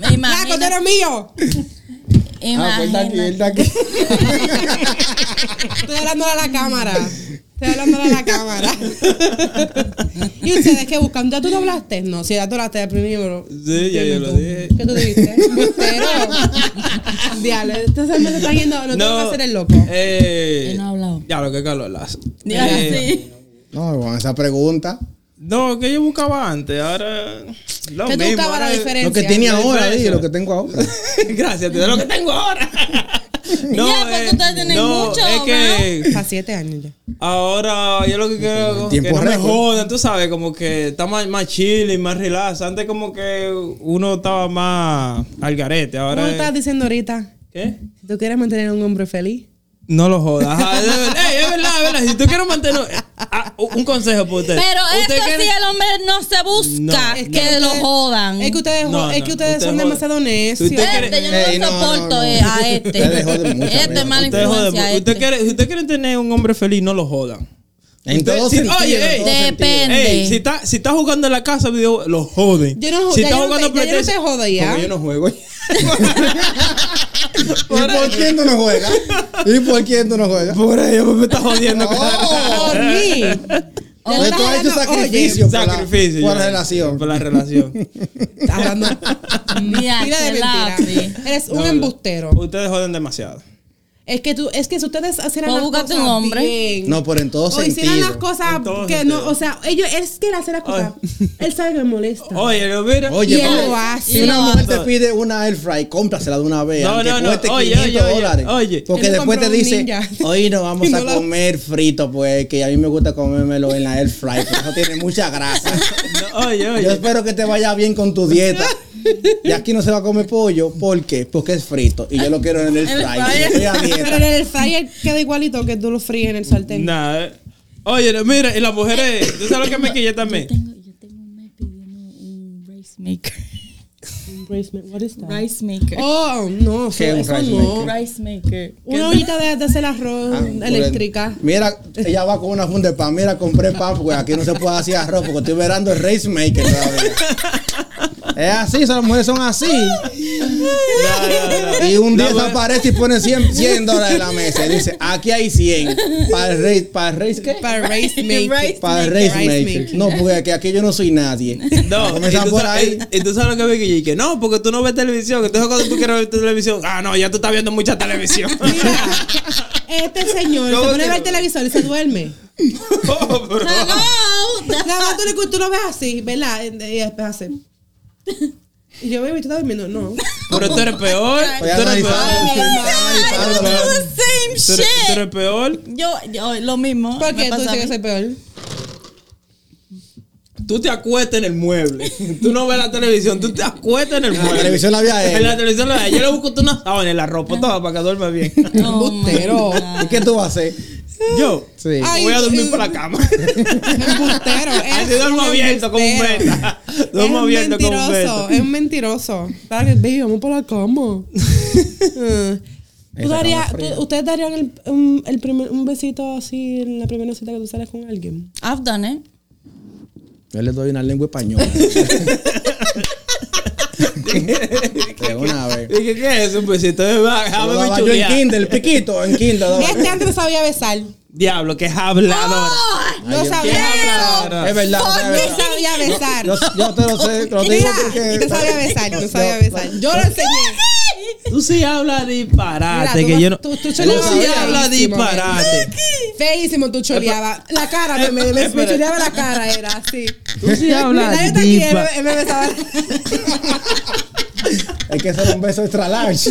D: ¡La tú
C: imagino.
D: eres mío!
B: Ah, pues él está aquí, él
C: imagino.
B: está aquí.
D: Estoy hablando a la cámara. Estoy hablando a la cámara. ¿Y ustedes qué buscan? ¿Ya tú lo hablaste? No, si ya tú hablaste primero.
A: Sí, ya yo lo dije.
D: ¿Qué tú dijiste? Pero. Diablo, entonces me están yendo. No, tengo que hacer el loco.
A: Eh,
C: Él no ha hablado.
A: Ya lo que calor lazo.
C: Ya,
A: Eh,
C: sí.
B: No, con esa pregunta.
A: No, que yo buscaba antes, ahora. Lo
D: ¿Qué tú
A: mismo,
D: buscabas la
A: ahora-
D: diferencia?
B: Lo que tiene
A: la
B: ahora,
A: diferencia.
B: dije, lo que tengo ahora.
A: <laughs> Gracias, te doy lo que tengo
D: <laughs>
A: ahora. eh,
C: Ya,
D: pues,
C: pero ustedes tienen
A: no,
C: mucho,
A: es que
D: Para siete años ya.
A: ahora yo lo que quiero es que
B: Tiempo
A: no me
B: récord.
A: jodan, tú sabes, como que está más, más chill y más relax. Antes como que uno estaba más al garete,
D: ¿Cómo
A: ahora
D: estás
A: es-
D: diciendo ahorita?
A: ¿Qué?
D: Si tú quieres mantener a un hombre feliz,
A: No lo jodas. Ajá, es verdad, ey, es verdad, es verdad. Si tú quieres mantener ah, un consejo para usted.
C: Pero eso
A: Usted quiere-
C: sí, el hombre no se busca
A: No,
C: que lo jodan.
D: es que ustedes,
A: No,
D: jo-
A: no,
D: es que ustedes son
A: joden.
D: demasiado necios.
A: Usted quiere-
C: Este, yo no
B: Ey,
C: lo
B: no, no,
C: soporto
B: no.
C: eh, a
B: Ustedes joden mucho,
C: este. Este es
B: amigo.
C: mala
A: Usted
C: influencia.
A: jode,
C: este.
A: usted quiere, si usted quiere tener un hombre feliz, no lo jodan.
B: En
A: Usted-
B: todo
A: sí,
B: sentido.
A: oye,
B: en
A: ey.
B: todo sentido.
C: Depende.
A: Ey, si está, si está jugando en la casa, video, lo joden.
D: Yo no-
A: si
D: ya
A: está
D: yo no te- ya yo no
A: PlayStation-
D: te jodo ya.
A: Porque yo no juego.
B: Yo ¿Y por quién tú no juegas? ¿Y por quién tú no juegas?
A: Por ello me está jodiendo.
B: <laughs> Oh,
D: Por
B: <laughs>
D: mí.
B: Entonces tú has hecho
D: Oye,
B: sacrificio. por la-
A: Sacrificio.
B: Por
A: yo-
B: la relación.
A: Por la
B: <laughs>
A: relación.
D: Está hablando
C: Mira,
D: pila de
C: qué
D: mentira.
C: lápiz.
D: Eres
A: No,
D: un
A: no.
D: embustero.
A: Ustedes joden demasiado.
D: Es que tú, es que si ustedes hicieran las
C: Pues búscate
D: cosas
C: un hombre.
D: bien,
B: No, por en todo
D: o hicieran las
B: sentido.
D: cosas
A: En todo
D: que
A: sentido.
D: no, o sea, ellos, es que él hace las cosas, él sabe que me molesta.
A: Oye, lo mira.
B: Oye,
D: Y él
B: pero
D: lo hace.
B: si una
C: Y lo
B: mujer
A: hace.
B: te pide una air fry, cómprasela de una vez.
A: No,
B: aunque
A: no, no.
B: cueste
A: Oye,
B: 500
A: oye, oye,
B: dólares.
A: oye.
B: Porque
D: Él no
B: después te
D: compró un
B: dice,
D: ninja.
B: hoy no
D: <laughs>
B: vamos
D: Y no
B: a
D: lo-
B: comer frito, pues, que a mí me gusta comérmelo en la air fry, porque eso tiene mucha
A: <laughs>
B: grasa.
A: No, oye,
B: Yo
A: oye.
B: espero que te vaya bien con tu dieta.
A: <laughs>
B: Y aquí no se va a comer pollo, ¿por qué? Porque es frito. Y yo lo quiero en el air fry.
C: El fry.
B: yo estoy a
D: Pero
B: dieta.
D: en el fryer queda igualito que tú lo fríes en el sartén.
A: Nada. eh. Oye, lo- mira, y las mujeres. ¿Tú sabes lo que me quillé
C: Yo
A: también?
C: tengo, yo tengo un mes pidiendo un rice maker.
D: Embracement, what is that?
C: Rice maker.
D: Oh, no, eso,
B: ¿Qué es un
D: eso
B: rice
D: no.
C: Rice maker.
D: Una ollita de, de hacer arroz
B: Ah,
D: eléctrica.
B: <laughs> por el- Mira, ella va con una funda de pan. Mira, compré pan porque aquí no se puede hacer arroz porque estoy verando el race maker todavía. Es así, esas mujeres son así. Y un
A: La
B: día
A: mujer-
B: desaparece y pone 100,
A: <laughs>
B: 100 dólares en la mesa. Y dice, aquí hay 100. ¿Para el race, para el race qué?
D: <laughs> Para race
C: Rice
D: maker.
B: Para el
D: maker,
B: race
D: rice
B: maker. No, porque aquí, aquí yo no soy nadie.
A: No, y
B: Comenzan
A: tú,
B: por
A: sabes, eh.
B: ahí.
A: y- y tú sabes lo que me quillé. Que no, porque tú no ves televisión. Entonces, cuando tú quieres ver tu televisión, ah, no, ya tú estás viendo mucha
D: <laughs>
A: televisión.
D: Este señor se
A: ¿Cómo
D: pone
A: que
D: a ver
A: no?
D: el televisor y se duerme.
A: <laughs> Oh, bro.
C: Hello.
D: Nada más tú, le- tú lo ves así, ¿verdad? Y después hace. Y yo, baby, ¿tú estás durmiendo? No.
C: <laughs>
A: Pero tú eres peor. Tú eres peor.
B: Estoy analizando, estoy
C: I
B: analizando.
C: do the same
A: Tú eres, tú eres
C: shit.
A: peor.
C: Yo, yo, lo mismo.
D: ¿Por
C: me
D: qué tú
C: pasa a
D: dices que
C: mí.
D: soy peor?
A: Tú te acuestas en el mueble. <laughs> Tú no ves la televisión. Tú te acuestas en el mueble.
B: televisión Ah, la ve a él.
A: En la televisión la ve a él. Yo le busco tú una sábana en la
D: Ah.
A: ropa toda para que duerma
B: <laughs>
A: bien.
C: Oh my
B: Pero,
C: God.
B: ¿y qué tú vas a hacer?
A: Yo
B: Sí.
D: Ay,
A: voy a dormir
D: sí. <laughs>
A: por la cama.
D: Embustero.
A: <laughs> Así
D: eres
A: duermo
D: un
A: abierto como un
D: embustero.
A: beta.
D: Es
A: Duermo
D: un
A: abierto como un
D: mentiroso,
A: beta.
D: es un mentiroso. Para que baby, vamos por la
B: <laughs>
D: cama. Ah. ¿Tú
B: Esa
D: daría,
B: cama es fría.
D: tú- ¿Ustedes darían el, un, el primer, un besito así en la primera cita que tú sales con alguien?
C: I've done it.
B: Yo le doy una lengua española. <laughs> De una vez.
A: Dije, ¿qué es un besito?
B: Lo
A: Déjame
B: daba
A: mi
B: yo en
A: Ah, chulear.
B: Kindle, el piquito, en Kindle. lo daba.
D: Este antes no sabía besar.
A: Diablo, que es hablador.
D: Ah.
C: <laughs>
D: No
B: Ay,
D: sabía
A: ¿Qué
D: besar.
A: hablador?
B: Es verdad. es
D: No
B: verdad.
D: sabía besar.
B: Yo, yo te lo sé, te lo digo
D: Mira,
B: porque.
D: y no sabía besar, no sabía besar. Yo lo enseñé.
A: Tú sí hablas disparate.
D: Mira, tú
A: que
D: vas-
A: yo no.
D: tú- tú
A: sí
D: chuleabas
A: hablas
D: feísimo,
A: disparate.
D: Feísimo, tú choreabas. La cara, me, me, me, me choreaba la cara, era así.
A: Tú sí hablas
D: <laughs> Nadie está aquí, él
A: disparate.
D: me- él me besaba <laughs> la-
B: Es que eso era un beso extra large.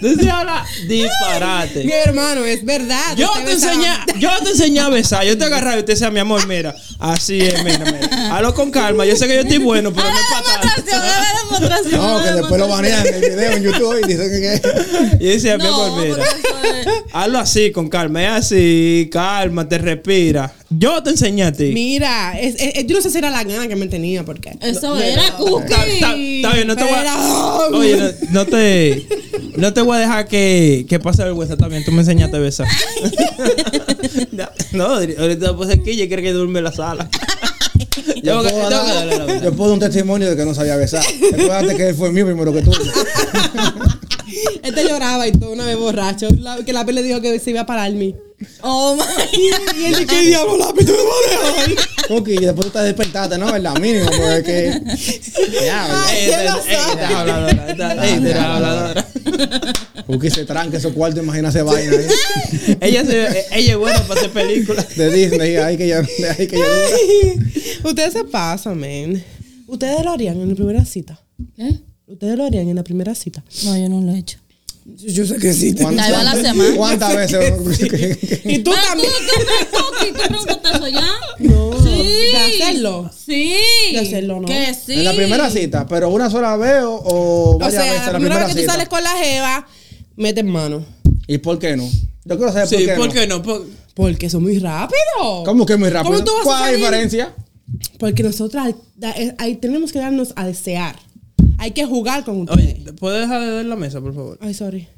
A: Tú sí hablas disparate.
D: Mi hermano, es verdad.
A: Yo
D: usted
A: te
D: besaba.
A: enseñé, yo te enseñé a besar, yo te agarraba y te decía, mi amor, mira, así es, mira, mira. Hazlo con calma, yo sé que yo estoy bueno, pero no es
C: Haga
A: para tanto.
C: demostración, haga demostración.
B: No,
C: haga
B: que después lo
C: demostración.
B: banean en el video en YouTube y
A: <laughs>
B: dicen que.
A: Y yo decía, mi
C: No,
A: amor, mira,
C: porque eso es-
A: hazlo así, con calma, es así, calma, te respira. Yo te enseñé a ti.
D: Mira, es, es- es- yo no sé si era la gana que me tenía, porque.
C: Eso era
A: Está está-
C: cookie.
A: está bien, no te voy a.
D: Pero-
A: Oye, no, no te. No te voy a dejar que, que pase vergüenza también. Tú me enseñaste a besar. <laughs> no, ahorita pues aquí ya quiere que duerme en la sala.
B: Yo
A: Tengo que-
B: puedo,
A: tengo que darle la
B: dar,
A: verdad.
B: yo puedo un testimonio de que no sabía besar. Recuérdate que él fue mío primero que tú.
D: Este lloraba y todo una vez borracho. la- que la piel le dijo que se iba a pararme.
C: Oh my God.
D: ¿Qué diablo la tú
B: Ok, y después tú te despertaste, ¿no? ¿Verdad? Mínimo, porque es que. Ya, ¿verdad?
A: Ey, ey, ey, esta habladora, esta- ey, esta habladora.
B: Porque se tranca esos cuartos, imagínate vaina ahí.
A: Ella se- ella es buena para hacer películas.
B: de Disney, ahí que ya. de Ahí que ya
D: Ustedes se pasan, man. Ustedes lo harían en la primera cita.
C: ¿Eh?
D: Ustedes lo harían en la primera cita.
C: No, yo no lo he hecho.
D: Yo sé que sí.
B: ¿Cuántas-
C: Ahí va la semana.
B: ¿Cuántas veces?
D: Y tú
C: Ah,
D: también.
C: ¿Tú te estás cookie? ¿Tú preguntas ya?
D: No,
C: Sí.
D: de hacerlo.
C: Sí.
D: De hacerlo, no.
C: Que sí.
B: En la primera cita, pero una sola vez o, o
D: O
B: varias
D: sea,
B: veces
D: la
B: en la
D: primera
B: primera
D: vez que tú
B: cita.
D: sales con la jeva, mete mano.
B: ¿Y por qué no? Yo quiero saber
A: Sí,
B: por qué
A: ¿por
B: no.
A: qué no? Por-
D: Porque son muy rápidos.
B: ¿Cómo que muy rápido?
D: ¿Cómo tú vas a
B: ¿Cuál es la
D: salir?
B: diferencia?
D: Porque nosotras da- eh, ahí tenemos que darnos a desear. Hay que jugar con ustedes.
A: Oye, ¿puedes dejar de ver la mesa, por favor?
D: Ay, <laughs> sorry.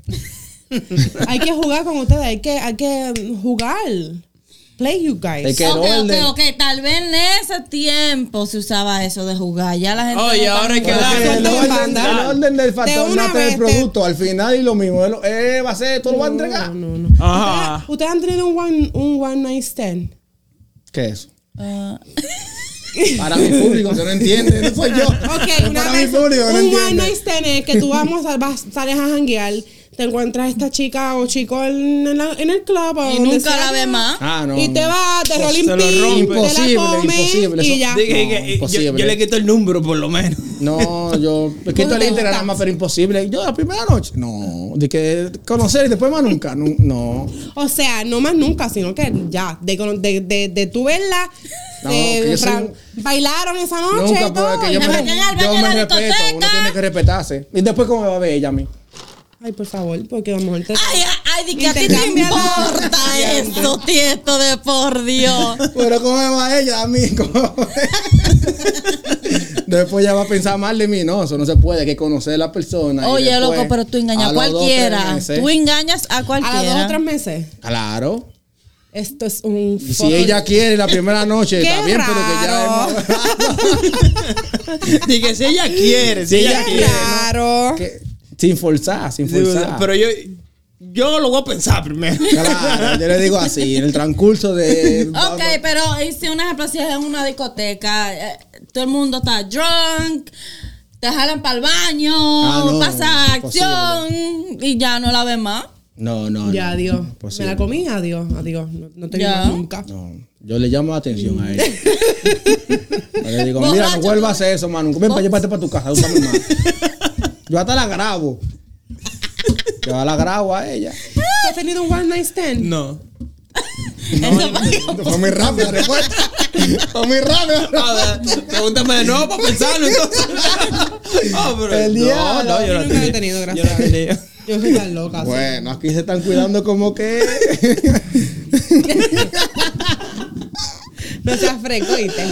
D: hay que mm, jugar con ustedes, hay que, hay que jugar. play you guys.
B: Es que
C: ok,
B: no, el
C: ok,
B: de-
C: ok. Tal vez en ese tiempo se usaba eso de jugar. Ya la gente.
A: Oye,
C: no está
A: ahora hay que
B: Porque
A: dar-
D: Claro,
B: el,
D: suelta en
B: orden,
D: banda.
B: el orden del
D: De
B: factor
D: una
B: mate del
D: vez te-
B: producto al final y lo mismo. Él, eh, va a ser, tú lo vas a entregar.
D: No, no.
A: Ajá.
D: Ah,
B: Ah.
D: ¿Ustedes, ustedes han tenido un one, un one night
B: <laughs>
D: stand?
B: ¿Qué es eso?
C: Ah.
B: Para mi público que no entiende, no soy yo.
D: Ok, una
B: Para mi
D: vez,
B: público que
D: un
B: no
D: one
B: entiende.
D: night stand es que tú vamos a, vas- sales a janguear, te encuentras esta chica o chico en, en la- en el club o
C: Y
D: donde
C: nunca
D: sea.
C: la ve más.
B: Ah, no.
D: Y te vas, te
A: Pues
D: rolling
A: se lo
D: pin,
A: rompe.
D: te
B: Imposible,
D: la comes
B: imposible,
D: y
B: eso-
D: ya.
A: Dije
B: No,
A: que- que- yo,
B: imposible.
A: yo le quito el número, por lo menos.
B: No, yo le quito el
D: te
B: Instagram,
D: gusta?
B: nada más, pero imposible. Yo la primera noche, no, de que conocer y después más nunca, nu- no.
D: O sea, no más nunca, sino que ya, de, cono- de, de, de tú verla,
B: No,
D: de-
B: que yo
D: fra-
B: soy
D: bailaron esa noche
B: Nunca
D: y
B: puedo,
D: todo.
B: que yo
D: y
B: me,
D: nada.
C: nada más llega al
B: yo
C: baño
B: me
C: de la
B: respeto, uno
C: discoteca.
B: tiene que respetarse. Y después, ¿cómo me va a ver ella a mí?
D: Ay, por favor, porque a lo mejor te...
C: Ay, ay, ay, di que a ti te
D: Intercambia la- <laughs>
C: importa eso, Tiesto de por Dios.
B: Pero ¿cómo me va ella a mí? ¿Cómo? después ya va a pensar mal de mí, no, eso no se puede, hay que conocer a la persona. y
C: Oye,
B: después,
C: loco, pero tú engañas a,
B: los dos, tres
C: cualquiera.
B: meses-
C: tú engañas a
D: a las
C: cualquiera.
D: dos o tres meses.
B: Claro.
D: Esto es un...
B: Y si
D: fucking-
B: ella quiere la primera noche,
D: Qué
B: está bien, pero que ya
A: <laughs>
B: es
A: Dije, si ella quiere, si
B: Si
A: ella
B: ella
A: quiere.
D: Claro.
B: <laughs> que- sin forzar, sin
A: Digo,
B: forzar.
A: Pero yo, yo lo voy a pensar primero.
B: Claro, yo le digo así, en el transcurso de.
C: Ok, pero y si un ejemplo, si es en una discoteca, eh, todo el mundo está drunk, te jalan para el baño,
B: Ah, no,
C: pasa
B: imposible.
C: acción y ya no la
B: <laughs>
C: ves más.
B: No, no.
D: Ya,
B: no,
D: adiós.
B: imposible.
D: Me la comí, adiós, adiós. No, no te vi
C: Ya.
D: más nunca.
B: No, yo le llamo la atención <laughs> a ella. Yo le digo, mira,
C: Borracho,
B: no vuelvas a hacer eso, mano. Ven para allá, para tu casa, tú estás muy <laughs> mal. Yo hasta la grabo. Yo la grabo a ella.
D: ¿Tú has tenido un one night
A: <laughs>
D: stand?
A: No.
C: Eso fue-
B: Fue muy rápido, respuesta. Fue muy rápido.
A: A ver, Ah, Pregúntame de nuevo para pensarlo. <laughs> Entonces. Ah, pero-
B: El
A: no,
B: diablo.
A: no, yo
D: Yo
A: no
D: nunca lo he
A: tenía.
D: tenido,
A: Yo no
D: gracias.
A: tenía.
D: Yo soy tan loca. sí.
B: Bueno, aquí se están cuidando como que.
D: No seas fresco, ¿viste?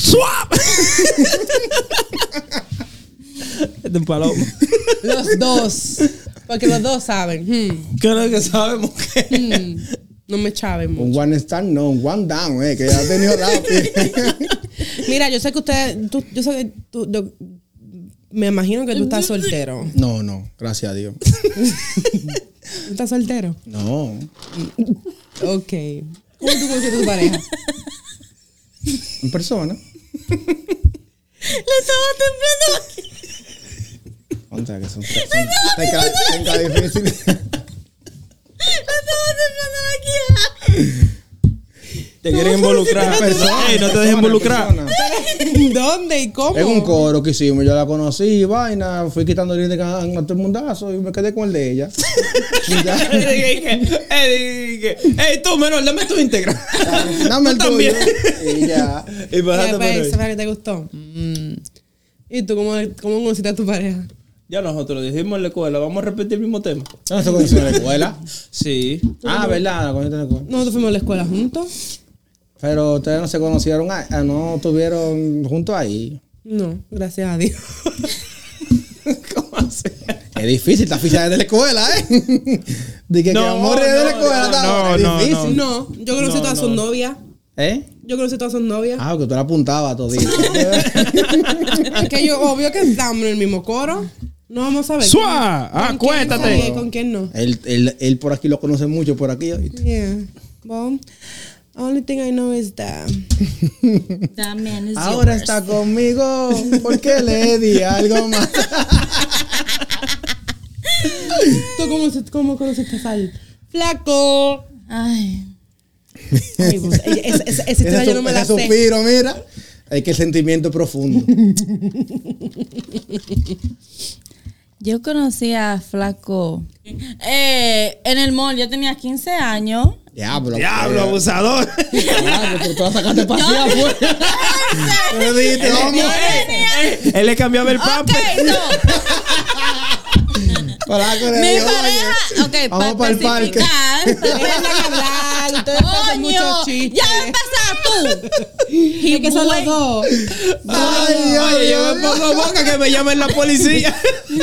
A: ¡Swap! Este es un palomo.
D: Los dos. Porque los dos saben. hmm,
A: ¿Qué es lo que sabemos <laughs> que?
D: hmm, No me chaven mucho.
B: Un one stand, no, un one down, eh, que ya ha tenido rápido.
D: Mira, yo sé que usted. tú- yo sé que tú- yo- me imagino que tú estás soltero.
B: No, no, gracias a Dios.
D: ¿Tú estás soltero?
B: No.
D: Ok. ¿Cómo tú conociste a tu pareja? <laughs>
B: En persona.
C: Le estaba temblando la-
B: Contra que son personas. difícil.
C: le estaba temblando la quijada.
A: Te quieren involucrar.
B: Persona,
A: Ey, no te
B: persona,
A: dejes <laughs> involucrar.
B: persona.
D: ¿Dónde y cómo?
B: Es un coro que hicimos, yo la conocí y vaina, fui quitando el de a todo el mundazo y me quedé con el de ella. Y ya.
A: Dije, Ey, dije, ey, tú, menor, dame tu íntegra.
B: Dame el
A: Tú
B: tuyo.
A: también.
B: Y ya.
A: Y
D: Ya,
A: pasaste por
D: pues,
A: ahí.
D: ¿Sabes que te gustó? Mm. ¿Y tú cómo, cómo conociste a tu pareja?
A: Ya nosotros dijimos en la escuela, vamos a repetir el mismo tema.
B: No se conoció en la escuela.
A: Sí.
B: Ah, verdad, la conociste en la escuela.
D: Nosotros fuimos a la escuela juntos.
B: Pero ustedes no se conocieron, ah, ah, no estuvieron juntos ahí.
D: No, gracias a Dios.
A: <laughs> ¿Cómo así?
B: Es difícil, esta ficha es de la escuela, ¿eh? Dije que
A: No,
B: amor es de la
A: no,
B: escuela,
A: no,
B: no,
A: no,
B: es
A: no,
D: <laughs>
B: difícil.
D: No, yo conocí
A: No,
D: a todas
A: no.
D: sus novias.
B: ¿Eh?
D: Yo conocí a todas sus novias.
B: Ah, que tú la apuntabas todo día.
A: Ah.
D: Es que yo, obvio que estamos en el mismo coro. No vamos a ver.
A: ¡Sua!
D: ¿Con quién sabía y ¿Con quién no?
B: él, él, él por aquí lo conoce mucho, por aquí. ¿oíste?
D: Yeah. Well, only thing I know is that.
C: That man is
B: Ahora
C: yours.
B: está conmigo porque le di algo más.
D: ¿Tú cómo, se- cómo conociste al flaco?
C: Ay.
D: Ay, pues, ella- esa- esa- Esa historia yo no me la
B: ese
D: sé.
B: suspiro, mira. Hay que el sentimiento profundo.
C: Yo conocí a Flaco eh, en el mall. Yo tenía 15 años.
B: Diablo.
A: Diablo, abusador.
B: Diablo, pero tú la sacaste para allá afuera. Me dijiste,
A: Ey,
B: vamos.
A: ey, ey, Él le cambiaba el
B: Ah,
C: Ok,
B: pues,
A: papel.
C: no.
B: <laughs> Para que le
C: Mi
B: diga, oye,
C: pareja, ok,
B: vamos
C: para
B: para el parque.
C: <laughs>
D: Dejen de hablar, ustedes pasan muchos chistes.
C: ya empezaste tú.
D: <laughs> Es que son los dos.
B: Ay,
A: Oye,
B: ay,
A: yo me
B: ay.
A: pongo boca que me llamen la policía. <laughs>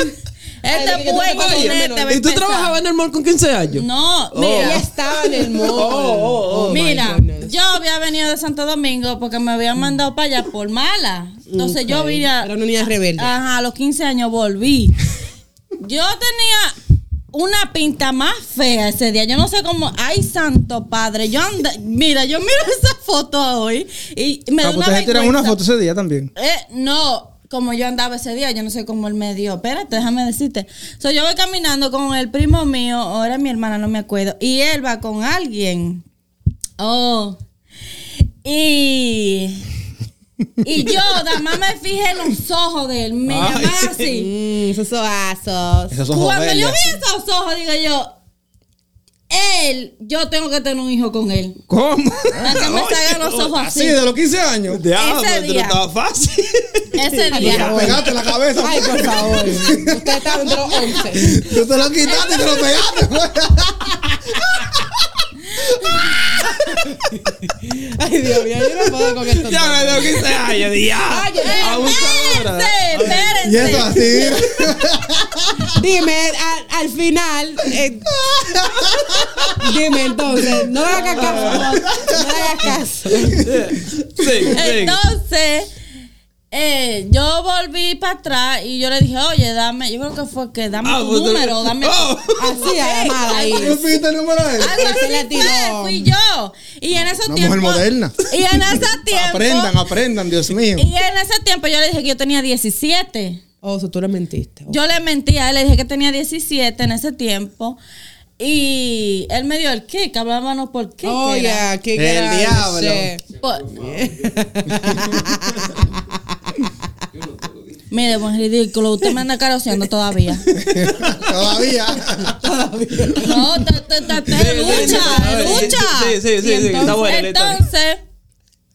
C: Este
D: Ay, que tú
C: pueblo
D: te
C: con
D: pones
C: este
A: ¿Y
C: va a
A: tú
C: empezar.
A: trabajabas en el mall con 15 años?
C: No,
A: Oh.
D: Ella
C: mira,
D: estaba en el mall.
A: Oh, oh,
D: my
C: mira,
D: goodness.
C: yo había venido de Santo Domingo porque me habían mandado para allá por mala. Entonces yo
D: Ok.
C: vine a,
D: Era una niña rebelde.
C: Ajá, a los 15 años volví. Yo tenía una pinta más fea ese día. Yo no sé cómo. Ay, santo padre. Yo ando- Mira, yo miro esa foto hoy y me da
B: Ah, pues
C: una
B: ustedes tiran
C: vergüenza.
B: una foto ese día también.
C: Eh, no, como yo andaba ese día, yo no sé cómo él me dio. Espérate, déjame decirte. So, yo voy caminando con el primo mío, ahora mi hermana, no me acuerdo. Y él va con alguien. Oh. Y. Y yo, nada más me fijé en los ojos de él. Me
B: Ay.
C: llamaba así.
D: Mm, esos soazos.
B: Esos ojos
C: Cuando yo
B: bellas.
C: vi esos ojos, digo yo. Él, yo tengo que tener un hijo con él.
B: ¿Cómo?
C: Para que me salgan los ojos
B: Así,
C: así.
B: de los 15 años.
A: Diablo,
C: Ese
A: pero
C: día.
A: estaba fácil. <laughs>
C: Ese
B: Te
C: día.
B: la pegaste en la cabeza.
D: Ay,
B: <laughs>
D: por favor. Usted está entre los 11.
B: Tú te lo quitaste y te lo pegaste. güey.
D: Ay, Dios mío, yo no puedo con esto.
A: Ya me dio 15 años, diablo. Abusadora.
C: <laughs> Espérense, espérense.
B: Y eso así. mira.
D: Dime, al, al final. eh, dime entonces, no le hagas caso. No le hagas caso.
A: Sí, sí.
C: Entonces, eh, yo volví para atrás y yo le dije, oye, dame, yo creo que fue que dame
A: Ah,
C: tu
A: pues,
C: número, dame.
A: Oh.
D: Así, además,
B: ¿Tú
D: ahí.
B: pidiste el número de él? <laughs>
C: Algo así
D: se la tiró.
C: fue, fui yo. Y en ese
B: Una
C: tiempo.
B: mujer moderna.
C: Y
B: <laughs>
C: en ese tiempo.
B: Aprendan, aprendan, Dios mío.
C: Y en ese tiempo yo le dije que yo tenía 17.
D: Oh, so tú le mentiste.
C: Yo le mentí a él, le dije que tenía 17 en ese tiempo. Y él me dio el kick, hablábamos por kick.
D: Oh,
C: era.
D: yeah, qué
B: El
D: grande.
B: diablo.
C: Por- <laughs> Mire, buen pues, ridículo, usted me anda caroseando
A: <laughs>
C: todavía.
B: <laughs> Todavía.
C: No, te, te, te- te- lucha, lucha.
A: Sí, sí, sí, sí, sí, está buena la historia.
C: Entonces,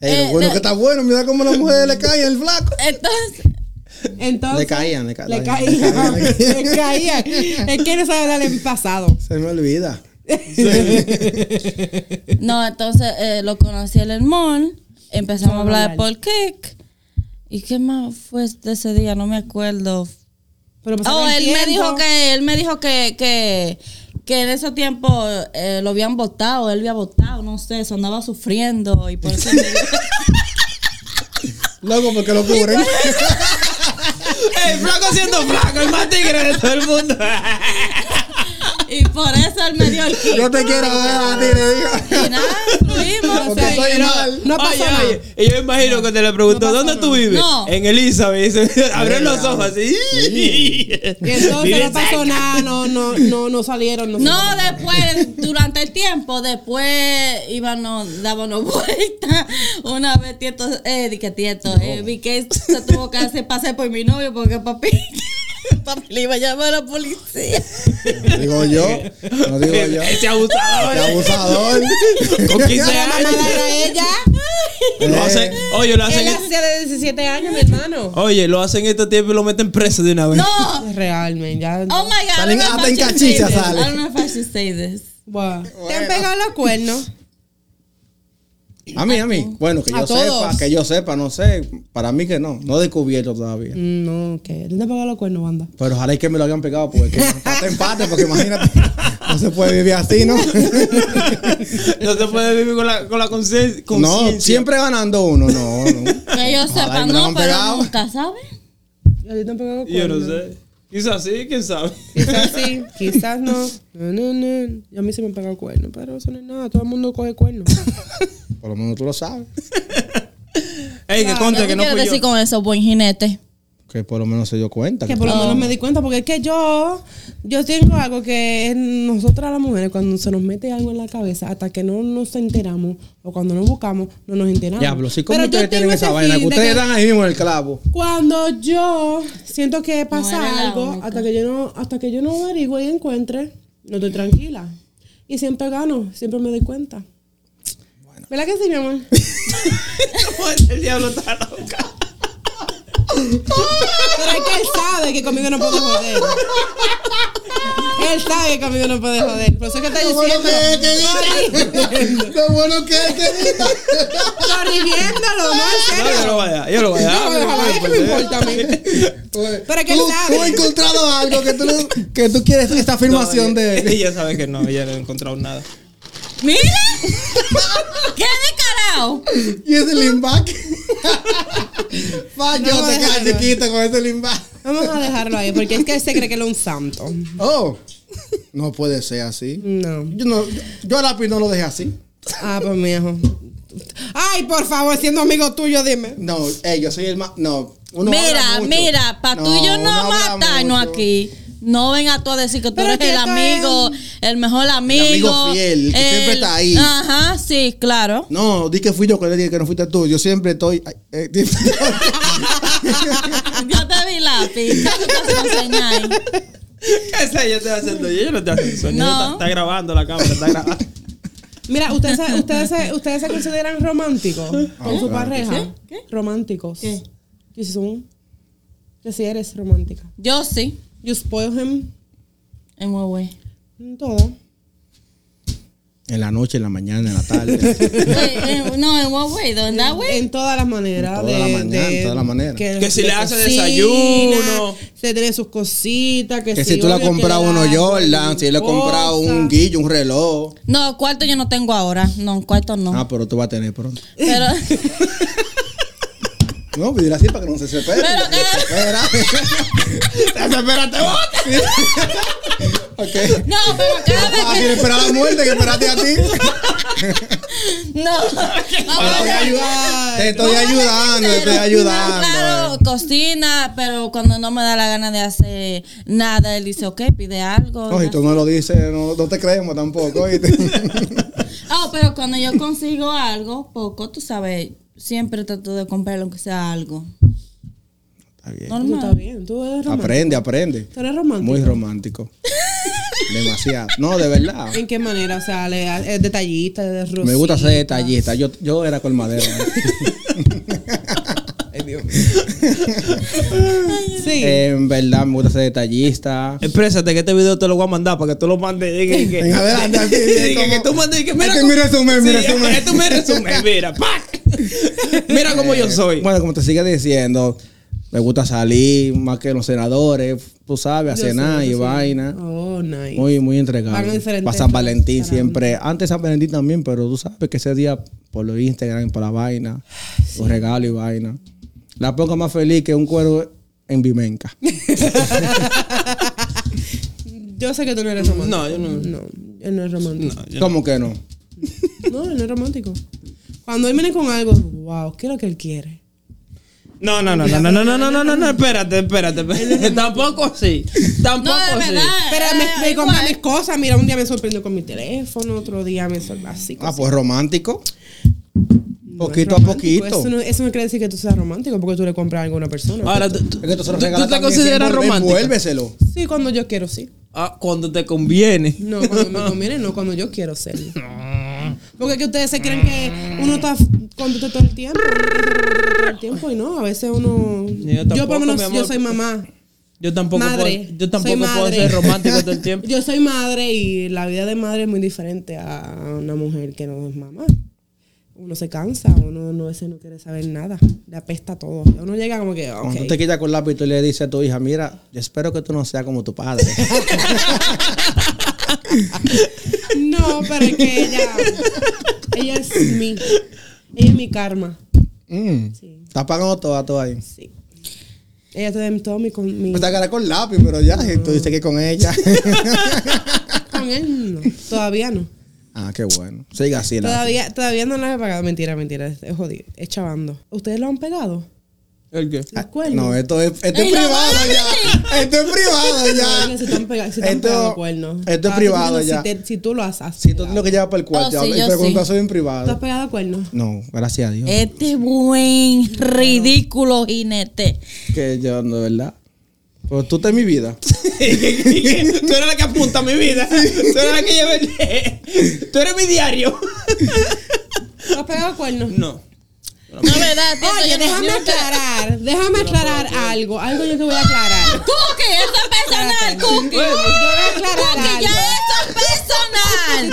B: Eh,
C: Eh,
B: lo bueno
C: de-
B: que está bueno. Mira cómo las mujeres le caen el flaco.
C: entonces,
D: Entonces.
B: Le caían, le ca-
D: Le
B: le <laughs>
D: caían.
B: caían.
D: <laughs> Le caían. Es que no sabe hablar en pasado.
B: Se me olvida.
C: no, entonces eh, lo conocí en el mall, empezamos a hablar de Paul Kick. ¿Y qué más fue de ese día? No me acuerdo.
D: Pero pasaba
C: Oh,
D: el
C: él me
D: tiempo.
C: dijo que, él me dijo que, que, que en ese tiempo eh, lo habían votado, él había votado, no sé, eso andaba sufriendo y por eso me dio-
B: Loco, porque lo cubren.
A: El flaco siendo flaco, el más tigre de todo el mundo.
C: y por eso él me dio el kick.
B: Yo te quiero ver a ti, le digo.
C: Y nada, fluimos.
D: <laughs>
B: Porque
C: o sea,
B: soy
C: y no-
B: mal.
D: No pasó
A: Oye,
D: nada.
A: oye, y yo imagino que te le preguntó, ¿dónde tú vives?
C: No.
A: En Elizabeth. Y <laughs> se abrió
B: Ay,
A: los
B: bravo.
A: ojos así. <laughs>
D: Y entonces
A: Miren,
D: no pasó nada, no, no, no, no salieron. No,
C: No, después, durante el tiempo, después íbamos, dábamos vueltas. Una vez, tieto, eh, di que tieto, eh, vi que se tuvo que hacer pase por mi novio porque papi, <laughs> papi le iba a llamar a la policía.
B: No digo yo. No
A: <laughs>
B: digo yo.
A: Ese
B: Qué
A: abusador.
B: abusador.
A: Con
B: <laughs>
A: 15
D: Mamá
A: años.
D: era ella.
A: Lo hacen, oye, lo hacen.
D: Él hacía de 17 años, mi hermano.
A: Oye, lo hacen este tiempo y lo meten preso de una vez.
C: <laughs> No,
D: Realmente, ya.
C: oh my god.
B: Salen
C: I don't know
B: hasta en
C: if I should
B: cachicha
C: say this.
B: sale.
C: I don't know if I should say this.
D: Buah. Te han pegado los cuernos.
B: Eh, A mí, a mí. Bueno, que
D: A
B: yo
D: todos.
B: sepa, que yo sepa, no sé. Para mí que no. No he descubierto todavía.
D: Mm, No, que él te ha pegado los cuernos, banda.
B: Pero ojalá y que me lo hayan pegado, porque empate, empate, porque imagínate, <laughs> no se puede vivir así,
D: <laughs>
B: ¿no?
A: <laughs> No se puede vivir con la, con la consci- conciencia.
B: No, siempre ganando uno, no, no.
C: Que yo
B: Ojalá
C: sepa,
B: y me lo
C: no,
B: han
C: pero
B: pegado.
C: nunca, ¿sabes?
D: ¿A ti te han pegado los
A: Yo
D: cuernos?
A: no sé. Quizás sí, quién sabe.
D: Quizás sí, quizás no. No, no, no. Y A mí se me han pegado cuernos, pero eso no es nada. Todo el mundo coge cuernos.
B: Por lo menos tú lo sabes.
A: Ey, que conte
C: ¿Qué
A: que no
C: quieres
A: fui yo.
C: decir con eso, buen jinete?
B: Que por lo menos se dio cuenta.
D: Que por lo menos me di cuenta, porque es que yo, yo tengo algo que es nosotras las mujeres, cuando se nos mete algo en la cabeza, hasta que no nos enteramos, o cuando no buscamos, no nos enteramos.
B: Diablo, sí, ¿cómo
D: Pero yo
B: ustedes tienen
D: tengo
B: esa
D: ese
B: vaina?
D: feeling
B: Que
D: de
B: ustedes
D: que
B: dan ahí mismo en el clavo.
D: Cuando yo siento que pasa
C: No eres la
D: algo,
C: única.
D: hasta que yo no, hasta que yo no averigüe y encuentre, no estoy tranquila. Y siempre gano, siempre me doy cuenta. ¿Verdad que sí, mi amor?
A: <laughs> El diablo está loca.
D: Pero es que él sabe que conmigo no puede joder. Él sabe que conmigo no puede joder. Por eso es que está diciendo. <laughs>
B: Lo bueno que es, querida.
D: Corrigiéndolo, no,
A: No,
D: en
A: yo lo
D: serio.
A: voy a dar, yo lo voy a
D: Yo
A: dar.
D: lo voy a dejar ahí, ¿qué me
A: pues,
D: importa a mí? Pero es que él
B: tú,
D: sabe.
B: tú has encontrado algo que tú, no- que tú quieres esta
A: No, eh,
B: afirmación
A: ella-
B: de él. <laughs>
A: Ella sabe que no, ella no ha encontrado nada.
C: ¡Mira! <laughs> ¡Qué descarado!
B: Y ese limbaque. Fallo,
D: No,
B: te quedas
D: déjalo.
B: chiquito con ese limbaque.
D: Vamos a dejarlo ahí, porque es que él se cree que él es un santo.
B: Oh, no puede ser así.
D: No.
B: Yo, no, yo, yo a lápiz no lo dejé así.
D: Ah, pues mijo. Ay, por favor, siendo amigo tuyo, dime.
B: No, eh, yo soy el más. No, uno habla
C: Mira,
B: mucho.
C: mira, pa' tú y yo no
B: uno habla
C: matarnos
B: mucho.
C: aquí. No venga tú a decir que tú
D: Pero
C: eres
D: que
C: el
D: acá
C: amigo, el mejor amigo.
B: amigo fiel, el que siempre está ahí.
C: Ajá, sí, claro.
B: No, di que fui yo que le dije que no fuiste tú. Yo siempre estoy. ay, eh, <laughs>
C: <laughs> Yo te vi lápiz. ¿Qué tú estás enseñando ahí?
A: ¿Qué sé yo estoy haciendo? Yo, yo no estoy haciendo sonido.
C: No.
A: Está, está grabando la cámara, está
B: <laughs>
A: grabando.
D: Mira, ¿ustedes, se- ustedes, se- ustedes se consideran románticos con su
B: claro que
D: pareja?
C: ¿Qué?
D: Románticos.
C: ¿Qué?
D: Que si son- que si eres romántica.
C: Yo sí,
D: You spoil him
C: en
B: <laughs>
C: Huawei.
D: en todo.
B: en la noche, en la mañana, en la tarde.
C: Sí, en- Eh, no, en Huawei, ¿dónde güey?
D: En todas las maneras.
B: En todas las
D: de-
B: maneras, en
D: de-
B: todas las maneras.
A: Que si
D: de
A: le hace
D: cocina,
A: desayuno.
D: Se tiene sus cositas. Que,
B: que si tú le has
D: obvio,
B: comprado
D: que
B: uno
D: le da
B: Jordan, si le has comprado un
D: cosas.
B: guillo, un reloj.
C: No, cuarto yo no tengo ahora. No, cuarto no.
B: Ah, pero tú vas a tener pronto. <laughs>
C: Pero,
B: No, pedir así para que no se separe.
C: Pero que-
B: Desespérate vos. Ok.
C: no, pero cada
B: Ah,
C: vez
B: quieres esperar la muerte que esperaste a ti.
C: que. <laughs> No.
B: Te estoy
A: <laughs>
B: ayudando. Te estoy ayudando, te estoy ayudando. eh.
C: Claro, cocina, pero cuando no me da la gana de hacer nada, él dice, ok, pide algo.
B: No, si tú no lo dices, no, no te creemos tampoco. ¿oíste?
C: Oh, pero cuando yo consigo algo, poco, tú sabes, siempre trato de comprarle aunque sea algo.
B: Está bien.
D: Tú
C: Normal.
D: estás bien. Tú eres romántico.
B: Aprende, aprende.
D: Tú eres romántico.
B: Muy romántico. Demasiado. No, de verdad.
D: ¿En qué manera? O sea, le, ha- es detallista, es rosita.
B: Me gusta ser detallista. Yo, yo era
D: <laughs>
B: colmadero.
D: Sí.
B: en verdad, me gusta ser detallista.
A: Exprésate que este video te lo voy a mandar para que tú lo mandes. Dije, que,
B: En
A: <laughs>
B: adelante, así,
A: dije,
B: como-
A: que tú mandes. Dije, mira,
B: Este es
A: cómo-
B: mi resumen, mi
A: Sí,
B: resumen.
A: Este es mi resumen, mira.
B: <laughs>
A: ¡pac! Mira cómo yo
B: Eh,
A: soy.
B: Bueno, como te sigue diciendo, me gusta salir más que los senadores, tú sabes, a
D: Yo
B: cenar
D: sé,
B: y
D: yo sé.
B: vaina.
D: Oh, nice.
B: Eh, Muy, muy entregado.
D: Van a diferentes
B: Para San Valentín
D: restaurantes.
B: siempre. Antes San Valentín también, pero tú sabes que ese día por los Instagram, para la vaina, los regalos y vaina. La pongo más feliz que un cuero en
D: <laughs>
B: Vimenca.
D: Yo sé que tú no eres romántico.
A: No, yo no.
D: No, él no es romántico.
A: No, yo-
B: ¿Cómo que no?
D: No, él no es romántico. Cuando él viene con algo, wow, ¿qué es lo que él quiere?
A: No, no, no, no, no, no, no, no, no, no, no, espérate, espérate. espérate. Tampoco así. Tampoco
C: No, de
A: así.
C: verdad.
D: Pero
C: eh,
D: me, me
C: igual.
D: compra mis cosas. Mira, un día me sorprendió con mi teléfono, otro día me sorprendió así.
B: Ah,
D: cosas.
B: pues romántico.
D: No es
B: Poquito a
D: romántico.
B: poquito.
D: Eso no, eso no quiere decir que tú seas romántico porque tú le compras algo a una persona.
A: Ahora, tú,
B: Es que tú se lo
A: tú-
B: regalas
A: tú te
B: también,
A: consideras
B: envuelve-
A: romántico.
B: envuélveselo.
D: sí, cuando yo quiero, sí.
A: Ah, cuando te conviene.
D: No, cuando me conviene, no, cuando yo
A: <laughs>
D: quiero serlo. Porque es que ustedes se creen que uno está contento todo el tiempo. Todo el tiempo y no, a veces uno.
A: Yo
D: Yo,
A: tampoco,
D: por lo menos,
A: mi amor.
D: yo soy mamá.
A: Yo tampoco
D: Madre.
A: puedo, yo tampoco
D: Soy
A: puedo
D: madre.
A: ser romántico todo el
B: <laughs>
A: tiempo.
D: <laughs> Yo soy madre y la vida de madre es muy diferente a una mujer que no es mamá. Uno se cansa, uno no, ese no quiere saber nada, le apesta todo. Uno llega como que, ok.
B: Cuando tú te quitas con lápiz, tú le dices a tu hija, mira, yo espero que tú no seas como tu padre.
D: <laughs> No, pero es que ella, ella es mi, ella es mi karma.
B: Mm.
D: Sí.
B: Estás pagando todo a todo ahí.
D: Sí. Ella te da todo mi, con, mi-
B: Pues te cara con lápiz, pero ya, si tú dices que con ella. <laughs>
D: con él, no, todavía
B: <laughs>
D: no.
B: ah, qué bueno. Siga así, lápiz.
D: Todavía, todavía no la he pagado. Mentira, mentira, es es jodido, es chavando. ¿Ustedes lo han pegado?
A: ¿El <laughs> qué?
D: ¿Los
B: Ah, No,
D: cuernos?
B: esto es, esto es
C: Ey, no,
B: privado ya. Esto es privado
D: No,
B: ya.
D: se están pega- se están
B: Esto-
D: pegando cuernos.
B: esto es
D: Ah,
B: privado
D: si tú-
B: ya.
D: Si, te- si tú lo haces.
B: Si tú tienes que llevar para el cuarto,
C: Oh,
B: ya,
C: sí,
B: y
C: yo
B: preguntas
C: sí.
B: soy en
D: ¿Tú has
B: privado.
D: pegado cuernos?
B: No, gracias a Dios.
C: Este buen ridículo jinete.
B: Que yo, no, de verdad. Pues tú estás en mi vida.
A: Tú eres la que apunta mi vida. Tú eres la que lleva el... Tú eres mi diario.
D: ¿Tú has pegado
C: <laughs>
D: cuernos?
A: No.
C: No, verdad, tío,
D: Oye,
C: yo no-
D: déjame
C: yo nunca-
D: aclarar. Déjame aclarar algo. Algo yo te voy a
C: <laughs>
D: aclarar.
C: Cookie, eso es personal, Cookie.
D: Yo voy a aclarar
C: Cookie,
D: algo.
C: ya eso
D: Si
C: es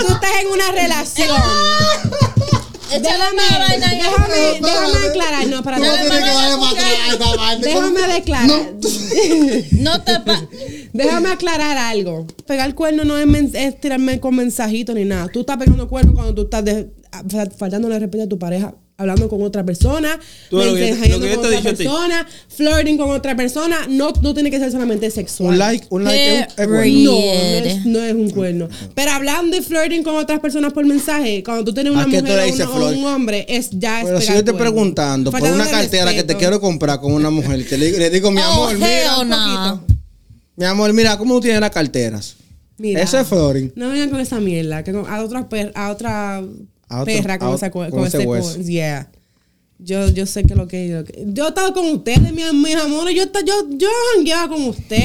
D: <laughs>
C: personal.
D: tú estás en una relación
C: Échale una
D: Déjame,
C: vaina ahí al
D: déjame,
C: frente.
D: déjame aclarar. No, para
C: No
D: déjame,
C: tiene que darle para atrás
D: aclarar.
E: esta parte.
D: Déjame
E: ¿Cómo?
D: declarar.
C: No te pa-
D: Déjame aclarar algo. Pegar cuerno no es, men- es tirarme con mensajitos ni nada. Tú estás pegando cuerno cuando tú estás de- a- fa- faltándole respeto a tu pareja, hablando con otra persona,
A: Tú, lo que-
D: mensajando
A: lo que yo
D: con
A: te
D: otra
A: he dicho a ti.
D: persona, flirting con otra persona. No, no tiene que ser solamente sexual.
B: Un like, un like es, un- es bueno.
C: Qué
D: No, no
C: Pierre.
D: es, no es un cuerno. Pero hablando de flirting con otras personas por mensaje, cuando tú tienes
B: ¿A
D: una
B: qué tú
D: mujer
B: le
D: o
B: dices
D: una- o
B: flirt?
D: un hombre, es ya es
B: Pero si
D: pegar
B: yo te
D: cuerno.
B: preguntando por una
D: Faltándole
B: cartera que te
D: respeto.
B: quiero comprar con una mujer, te le, le digo, mi
C: Oh,
B: amor, mira,
C: hell no.
D: poquito.
B: mi amor, mira cómo tú tienes las carteras.
D: Mira.
B: Eso es flooring.
D: No vengan con esa mierda, que con- a otra per- a otra
B: A otro-
D: perra con,
B: a-
D: esa co-
B: con
D: con
B: ese
D: ese co-
B: hueso.
D: yeah. Yo, yo sé que lo que, lo que- yo he estado con ustedes, mis, mis amores, yo esta- yo yo jangueaba con ustedes.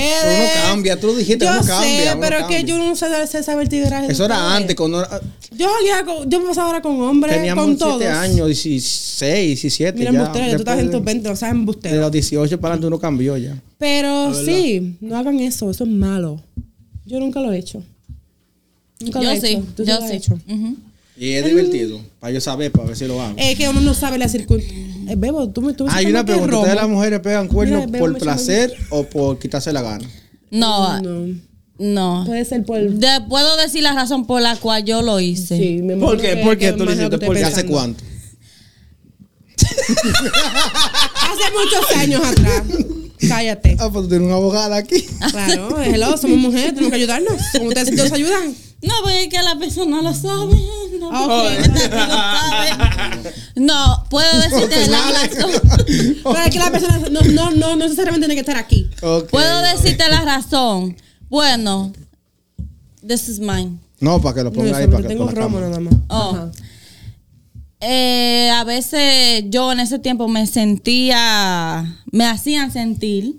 B: Uno cambia, tú dijiste,
D: yo
B: uno
D: Sé,
B: cambia, uno
D: pero es que
B: cambia.
D: yo no sé, sé saber tiraje. de
B: Eso era
D: ustedes.
B: antes, cuando ah,
D: Yo jangueaba con, yo me pasaba ahora con hombres,
B: teníamos
D: con
B: 7
D: todos.
B: años, 16, 17.
D: Mira,
B: ya.
D: embusteros, tú estás
B: Después
D: en tus
B: de-
D: 20, no sabes
B: De
D: embusteros.
B: los 18 para adelante uno cambió ya.
D: Pero sí, no hagan eso, eso es malo. Yo nunca lo he hecho. Nunca lo
C: Yo
D: he
C: sí,
D: hecho. ¿Tú
C: yo
D: lo has
C: sí.
D: hecho?
C: Ujú.
B: Y es divertido, para yo saber, para ver si lo hago.
D: Es que uno no sabe la circunstancia. Bebo, tú me tú me
B: Hay
D: sacas
B: una
D: más Eh, que
B: pregunta,
D: romo.
B: ¿ustedes las mujeres pegan cuernos
D: Mira, veo
B: por
D: mucho
B: placer o por quitarse la gana?
C: No, no.
D: No, puede ser por.
C: De- puedo decir la razón por la cual yo lo hice.
D: Sí, me
A: ¿Por qué?
D: imagino que-
A: ¿Por qué
D: que
A: tú
D: me
A: lo
D: imagino
A: hiciste?
D: que
A: ¿Por
D: estoy
A: qué?
B: ¿Hace
D: pensando.
B: cuánto?
D: Hace muchos años atrás.
B: <laughs>
D: Cállate.
B: Ah, pues tú tienes una abogada
D: <laughs>
B: aquí.
D: Claro, hello, somos mujeres, tenemos que ayudarnos. Como ustedes nos ayudan.
C: No, porque es que la persona lo sabe. No, <laughs>
D: Ah, ok.
C: porque esta sí lo sabe. no
D: <laughs>
C: puedo decirte la razón.
D: Pero es que la persona no, no, no, no necesariamente tiene que estar aquí.
B: Ok.
C: Puedo decirte la razón. Bueno, this is mine.
B: No, para que lo
D: No,
B: ponga
D: yo
B: ahí, para
D: solamente tengo
B: que por la
D: romo
B: cámara.
D: nada más.
C: Oh.
D: Ajá.
C: Eh, a veces yo en ese tiempo me sentía, me hacían sentir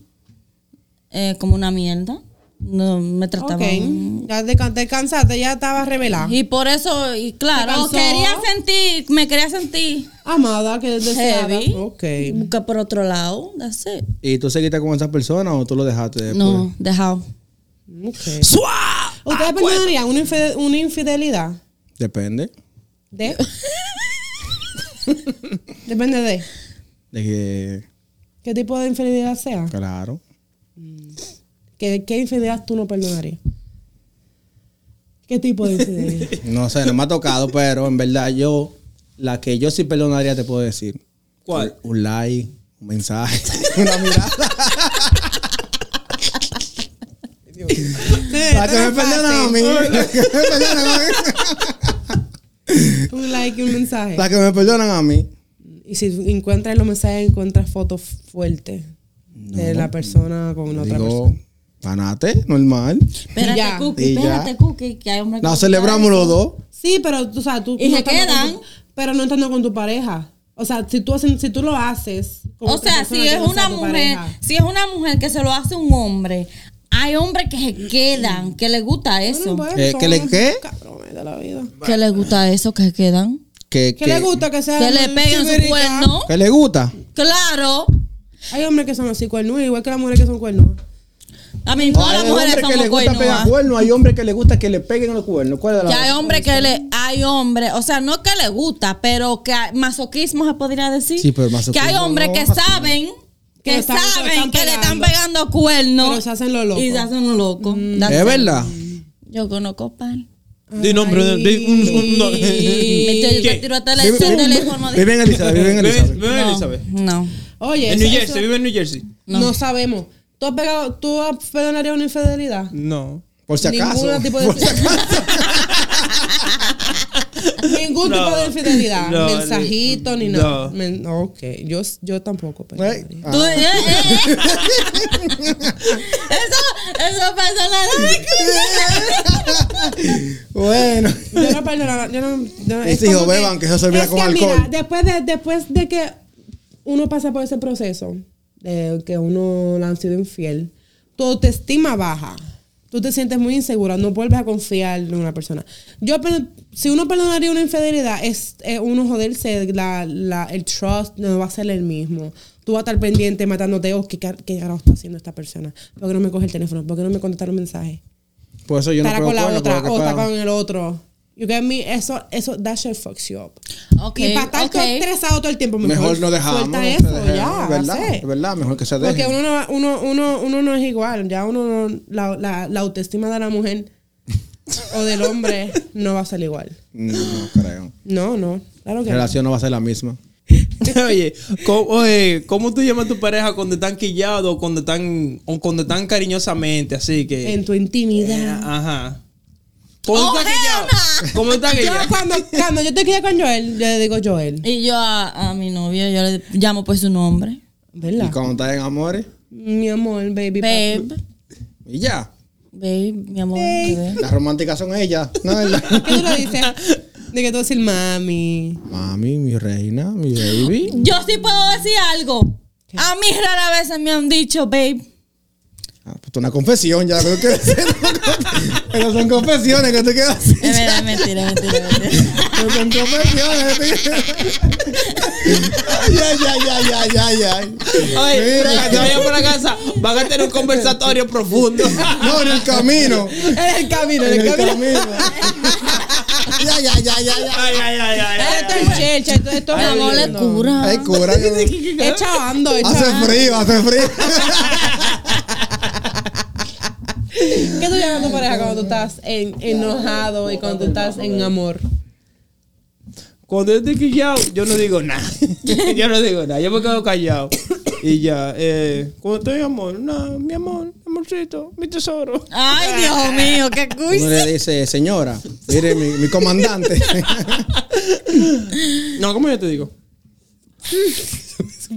C: eh, como una mierda. No me trataban.
D: Ok. Ya te, can- te cansaste, ya estabas revelada.
C: Y por eso, y
D: ¿Te
C: claro,
D: cansó?
C: quería sentir, me quería sentir
D: Amada, que deseada.
C: heavy.
D: Ok.
C: Buscar por otro lado, that's it.
B: ¿Y tú seguiste con esa persona o tú lo dejaste después?
C: No, dejado.
D: okay.
B: Ah,
A: Ah,
D: ¿Ustedes
B: pues.
D: perdonarían una, infide- una infidelidad?
B: Depende.
D: ¿De? <laughs> Depende de
B: De que,
D: qué tipo de infidelidad sea.
B: claro.
D: ¿Qué, qué infidelidad tú no perdonarías? ¿Qué tipo de infidelidad?
B: No sé, no me ha tocado, pero en verdad yo, la que yo sí perdonaría te puedo decir.
A: ¿Cuál?
B: Un like, un
D: <laughs>
B: mensaje, una mirada. <laughs> Para que me perdonen a mí. Para que me perdonen a mí.
D: un like y un mensaje.
B: Para que me perdonen a mí.
D: Y si encuentras los mensajes, encuentras fotos fuertes de la persona con la otra persona.
B: Digo, ganate, normal.
C: Espérate,
D: ya.
C: Cookie,
B: Y ya.
C: espérate, Cookie, que hay hombres que
B: Nos
C: no
B: celebramos
C: saben.
B: los dos.
D: Sí, pero tú sabes, tú.
C: Y
D: no
C: se
D: estando
C: quedan.
D: con tu- pero no estando con tu pareja. O sea, si tú, haces- si tú lo haces. con
C: O
D: otra
C: sea,
D: persona
C: si
D: que
C: es
D: no sea
C: una
D: tu
C: mujer,
D: pareja.
C: si es una mujer que se lo hace un hombre, hay hombres que se quedan, que les gusta eso.
D: Bueno, pues, bueno,
B: Eh,
D: son
B: ¿que le
D: unos
B: qué?
D: cabrones de la vida.
C: Que les gusta eso, que se quedan.
B: Que,
D: ¿Qué le gusta que sea?
C: Que le
D: el
C: peguen su
D: chivirita?
C: cuerno.
B: Que le gusta.
C: Claro.
D: Hay hombres que son así cuernos, igual que las mujeres que son cuernos.
C: A mí todas
B: hay
C: las
B: hombres
C: mujeres
B: que
C: somos
B: le gusta pegar
D: ¿ah?
C: cuernudas.
B: cuernos, hay hombres que le gusta que le peguen los cuernos. ¿Cuál es la
C: Que hay hombres que le, hay hombres, o sea, no que le gusta, pero que hay- masoquismo se podría decir.
B: Sí, pero masoquismo
C: que hay hombres
B: no,
C: que
B: así.
C: saben, que,
D: Que están-
C: saben
D: están
C: que le están
D: pegando.
C: pegando cuernos.
D: Pero se hacen los locos. Mm.
C: Y se hacen los locos. That's
B: Es
C: it.
B: verdad.
C: Yo conozco
B: <laughs>
C: par.
A: Di nombre, di un, un- no.
C: Me, te- me
A: <laughs> ¿Qué?
C: tiró hasta la- el teléfono. de-
B: Vive en Elizabeth, vive en
A: Vive-
B: Elizabeth.
A: vive en
C: No,
A: Elizabeth.
C: No.
D: Oye,
A: En
D: eso-
A: New
D: eso-
A: Jersey, vive en New Jersey.
D: no. sabemos. ¿Tú has pegado, tú has perdonado una infidelidad?
A: No.
B: Por si acaso.
D: Ningún tipo de
B: Por si acaso.
D: <laughs> Ningún
A: No.
D: tipo de infidelidad.
A: No,
D: Mensajito ni
A: no.
D: nada. Men- No. ok, yo, yo tampoco. perdonaría.
B: Ay,
C: Tú-
B: ah,
C: eh, eh,
B: <laughs>
C: eh. eso, eso pasó
B: <laughs>
C: la
B: Bueno.
D: Yo no perdonaba, yo no. yo no-
B: Mis
D: es
B: hijos
D: como
B: beban, que eso se olvida
D: es
B: con
D: que
B: alcohol.
D: Mira, después de, después de que uno pasa por ese proceso, de que uno le han sido infiel, tu autoestima baja. Tú te sientes muy insegura, no vuelves a confiar en una persona. Yo, pe- si uno perdonaría una infidelidad, es eh, uno joderse la, la- el trust, no va a ser el mismo. Tú vas a estar pendiente matándote, oh, ¿qué, car- qué carajo está haciendo esta persona? ¿Por qué no me coge el teléfono? ¿Por qué no me contestaron mensajes?
B: Por eso yo no
D: Estará
B: pego
D: con la
B: cuernos.
D: otra
B: porque
D: o está
B: para-
D: con el otro. You get me? Eso, eso, that shit fucks you up.
C: Ok,
D: y para estar
C: ok.
D: estresado todo el tiempo, mejor,
B: Mejor no dejamos.
D: Suelta
B: no
D: eso,
B: se deje,
D: ya.
B: ¿verdad?
D: hacer.
B: ¿Verdad? Mejor que se deje.
D: Porque uno no, va- uno, uno, uno no es igual. Ya uno no- la, la, la autoestima de la mujer o del hombre no va a ser igual.
B: No, no creo.
D: No, no. Claro que
B: La
D: no.
B: relación no va a ser la misma.
A: <laughs> oye, ¿cómo, oye, ¿cómo tú llamas a tu pareja cuando están quillados o cuando están, o cuando están cariñosamente? Así que.
D: En tu
A: Eh,
D: intimidad.
A: ajá. ¿Cómo
C: Oh,
A: está
C: hell
A: quillado? ¿Cómo está
D: Yo
A: quillado?
D: cuando, cuando yo te quedé con Joel, yo le digo Joel.
C: Y yo a, a mi novio, yo le llamo por su nombre.
B: Y
D: ¿Verdad?
B: cuando estás en amores,
D: Mi amor, baby.
C: Babe.
B: y ya.
C: Babe, mi amor. bebé.
B: Las románticas son ellas. No, ¿verdad?
D: <laughs> ¿Qué tú le dices? De que tú decir
B: <laughs>
D: mami.
B: Mami, mi reina, mi baby.
C: Yo sí puedo decir algo. A mí rara veces me han dicho, babe.
B: Ah, pues una confesión ya. Creo que Esas son confesiones que te quedas.
C: Es verdad, es mentira, es mentira, es mentira.
B: Esas son confesiones. que te quedas- Ay, ay, ay, ay, ay, ay, ay.
A: Oye,
B: Mira,
A: cuando
B: ya-
A: vayan para casa, van a tener un conversatorio profundo.
B: No, en el camino.
D: En el camino,
B: En el camino. Ya, ya, ya, ya, ya.
A: Ay, ay, ay, ay. ay.
D: Esto es chelcha, esto, esto
C: Mi
D: es
C: amor le cura.
B: Ay, cura. que-
D: Echabando,
B: Hace
D: echabando.
B: frío, hace frío.
D: ¿Qué tú llamas a tu pareja cuando tú estás en- enojado y cuando tú estás en amor?
A: Cuando yo estoy quillado, yo no digo nada. <laughs> yo no digo nada. Yo me quedo callado. Y ya, eh, cuando estoy amor, nada, mi amor, amorcito, mi tesoro.
C: Ay, Dios mío, qué
B: Uno
C: cuisa.
B: le dice, señora, mire, mi, mi comandante.
A: No, ¿cómo yo te digo?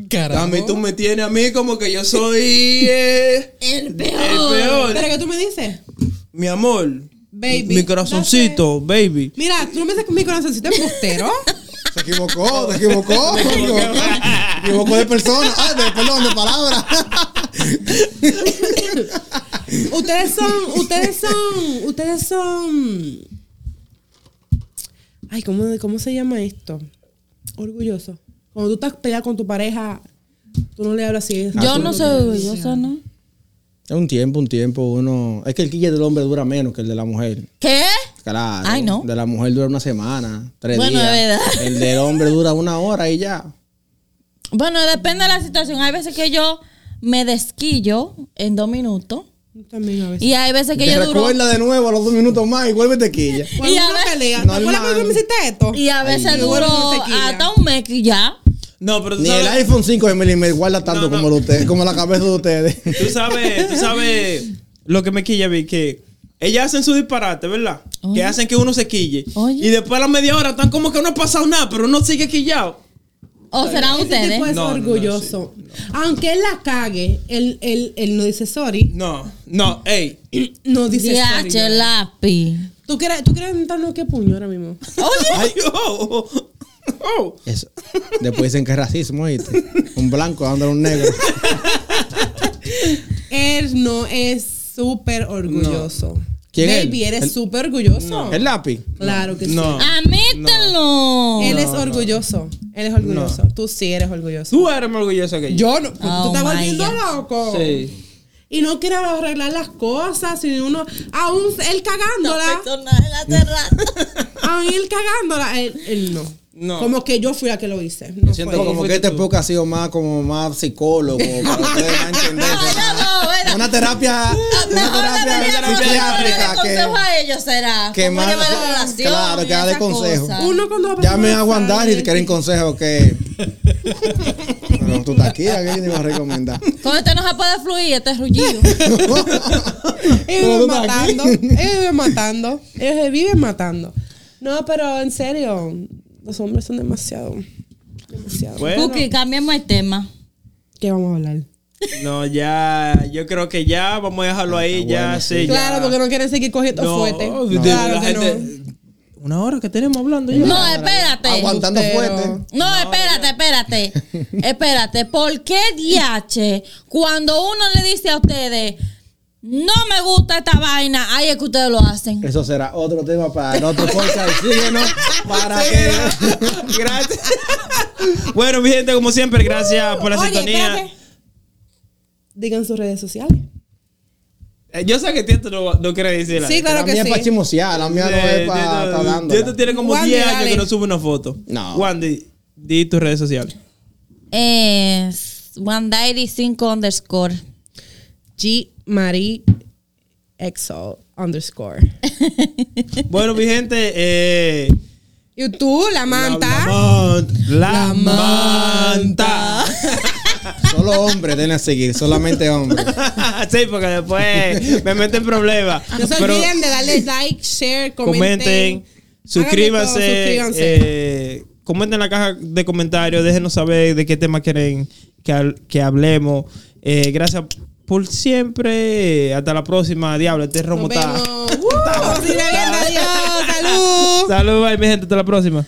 A: Dame, tú me tienes a mí como que yo soy eh,
C: El
A: el
C: peor.
A: peor.
D: ¿Pero qué tú me dices?
A: Mi amor,
D: Baby,
A: mi corazoncito, baby.
D: Mira, tú no me dices que mi corazoncito es <laughs> bustero.
B: Se equivocó, se equivocó. Se equivocó, Se equivocó de persona. Ah, de, perdón, de palabra.
D: ustedes son, ustedes son, ustedes son. Ay, ¿cómo, cómo se llama esto? Orgulloso. Cuando tú estás peleado con tu pareja, tú no le hablas así.
C: Yo no soy orgullosa, ¿no?
B: Es un tiempo, un tiempo, uno. Es que el quille del hombre dura menos que el de la mujer.
C: ¿Qué?
B: Claro.
C: Ay, no.
B: De la mujer dura una semana, tres
C: Bueno,
B: días.
C: es verdad.
B: El del hombre dura una hora y ya.
C: Bueno, depende de la situación. Hay veces que yo me desquillo en dos minutos.
D: También a veces.
C: Y hay veces que
B: Te
C: yo duro.
B: recuerda de nuevo a los dos minutos más y vuélvete quilla.
D: Cuando
C: Y a
D: uno
C: ver-
D: pelea, ¿te
B: Normal.
D: acuerdas cuando me hiciste esto?
C: Y a veces
D: Dios.
C: duro
D: Bueno, se quilla.
C: hasta un mes y ya.
A: No, pero tú
B: Ni el
A: sabes,
B: iPhone 5 mm guarda tanto
A: No, no.
B: Como, lo de ustedes, como la cabeza de ustedes.
A: tú sabes, tú sabes lo que me quilla, vi que ellas hacen su disparate, ¿verdad?
C: Oye.
A: Que hacen que uno se quille.
C: Oye.
A: Y después a la media hora están como que no ha pasado nada, pero uno sigue quillado.
C: ¿O serán
D: Ese tipo
C: ustedes?
D: es
A: No, no, no,
D: orgulloso. Aunque él la cague, él, él, él no dice sorry. <clears throat>
A: No, no, ey.
D: No dice sorry.
C: DH
D: Joel.
C: lápiz.
D: ¿Tú quieres, tú quieres entrarnos qué puño ahora mismo?
C: Oye,
A: Ay, oh, oh, oh.
B: Eso. Después dicen que es racismo, ¿oíste? Un blanco dándole a un negro.
D: Él no es súper orgulloso.
B: ¿Quién es
D: Baby,
B: él?
D: eres
B: El-
D: súper orgulloso.
B: El lápiz.
D: Claro que
A: No.
C: Ah. admítenlo.
D: sí. Él es orgulloso. Él es orgulloso. Tú sí eres orgulloso.
A: Tú eres más orgulloso que yo.
D: Yo no.
C: Oh
D: tú estás
C: my
D: volviendo
C: God.
D: loco.
A: Sí.
D: Y no quieres arreglar las cosas. Y uno. Aún él cagándola.
C: personaje la terraza.
D: aún él cagándola. Él, él no.
A: No.
D: Como que yo fui la que lo hice. No
B: Siento
D: fue él.
B: como que este podcast ha sido más como más psicólogo para ustedes más entenderse,
C: No, no, no, era-
B: ¿no? Una terapia, una
C: Mejor
B: terapia
C: deberíamos darle
B: psiquiátrica
C: consejo
B: que
C: a ellos, será.
B: que
C: ¿Cómo
B: más-
C: llevar la relación?
B: claro, que
C: y
B: darle
C: esas
B: consejo.
C: cosas?
D: Uno cuando la
B: ya me
D: persona
B: hago andar y
D: sabe-
B: si quieren consejos que Bueno, tú estás aquí, ¿a qué yo te iba
D: <laughs>
B: a recomendar?
C: Con esto no se puede fluir, este es rullido.
D: Ellos
B: Todo
D: viven
B: está aquí.
D: matando. Ellos viven matando. Ellos se viven matando. No, pero en serio, los hombres son demasiado. Demasiado.
A: Bueno,
C: Cookie, cambiemos el tema.
D: ¿Qué vamos a hablar?
A: no, ya. Yo creo que ya vamos a
B: Ah,
A: dejarlo ahí. Ya, sí. ya.
D: Claro, porque no quieren seguir cogiendo
A: No,
D: fuerte.
A: de- de-
D: Claro
A: la
D: que no.
A: gente- Una hora que tenemos hablando ya.
C: No, espérate.
B: Aguantando
D: Pero-
B: fuerte.
C: No, espérate, espérate. espérate, ¿por qué DH cuando uno le dice a ustedes, no me gusta esta vaina, ahí es que ustedes lo hacen?
B: Eso será otro tema para el otro podcast.
D: <laughs>
B: Síguenos para que
A: <laughs> Gracias. bueno, mi gente, como siempre, gracias por la
D: Uh, Oye,
A: sintonía.
D: espérate. Digan sus redes sociales.
A: Eh, Yo sé que Tiesto no, no quiere decir la
D: Sí, claro
B: la
D: que
B: mía es para
D: sí.
B: chismosear, la mía no es para estar dando.
A: Tiesto tiene como
D: Wandy,
A: 10 años
D: dale.
A: que no sube una foto.
B: No.
A: Wandy, di tus redes sociales.
C: Eh, One Diary 5 underscore.
D: G Marie Exo
A: <laughs>
D: underscore.
A: Bueno, mi gente, eh.
D: Y tú, la manta.
A: La,
D: La
A: manta.
D: manta.
B: Solo hombres deben a seguir, solamente hombres.
A: <laughs> sí, porque después me meten problemas.
D: No se
A: Pero
D: olviden de darle like, share,
A: <laughs>
D: comenten.
A: comenten, suscríbanse.
D: Hagan de todo, suscríbanse.
A: eh, comenten en la caja de comentarios. Déjenos saber de qué tema quieren que, hab- que hablemos. Eh, gracias por siempre. Hasta la próxima. Diablo, este romo
D: Nos
A: está.
D: vemos. Uh, sigue viendo, adiós. Salud.
A: Saludos, bye, mi gente. Hasta la próxima.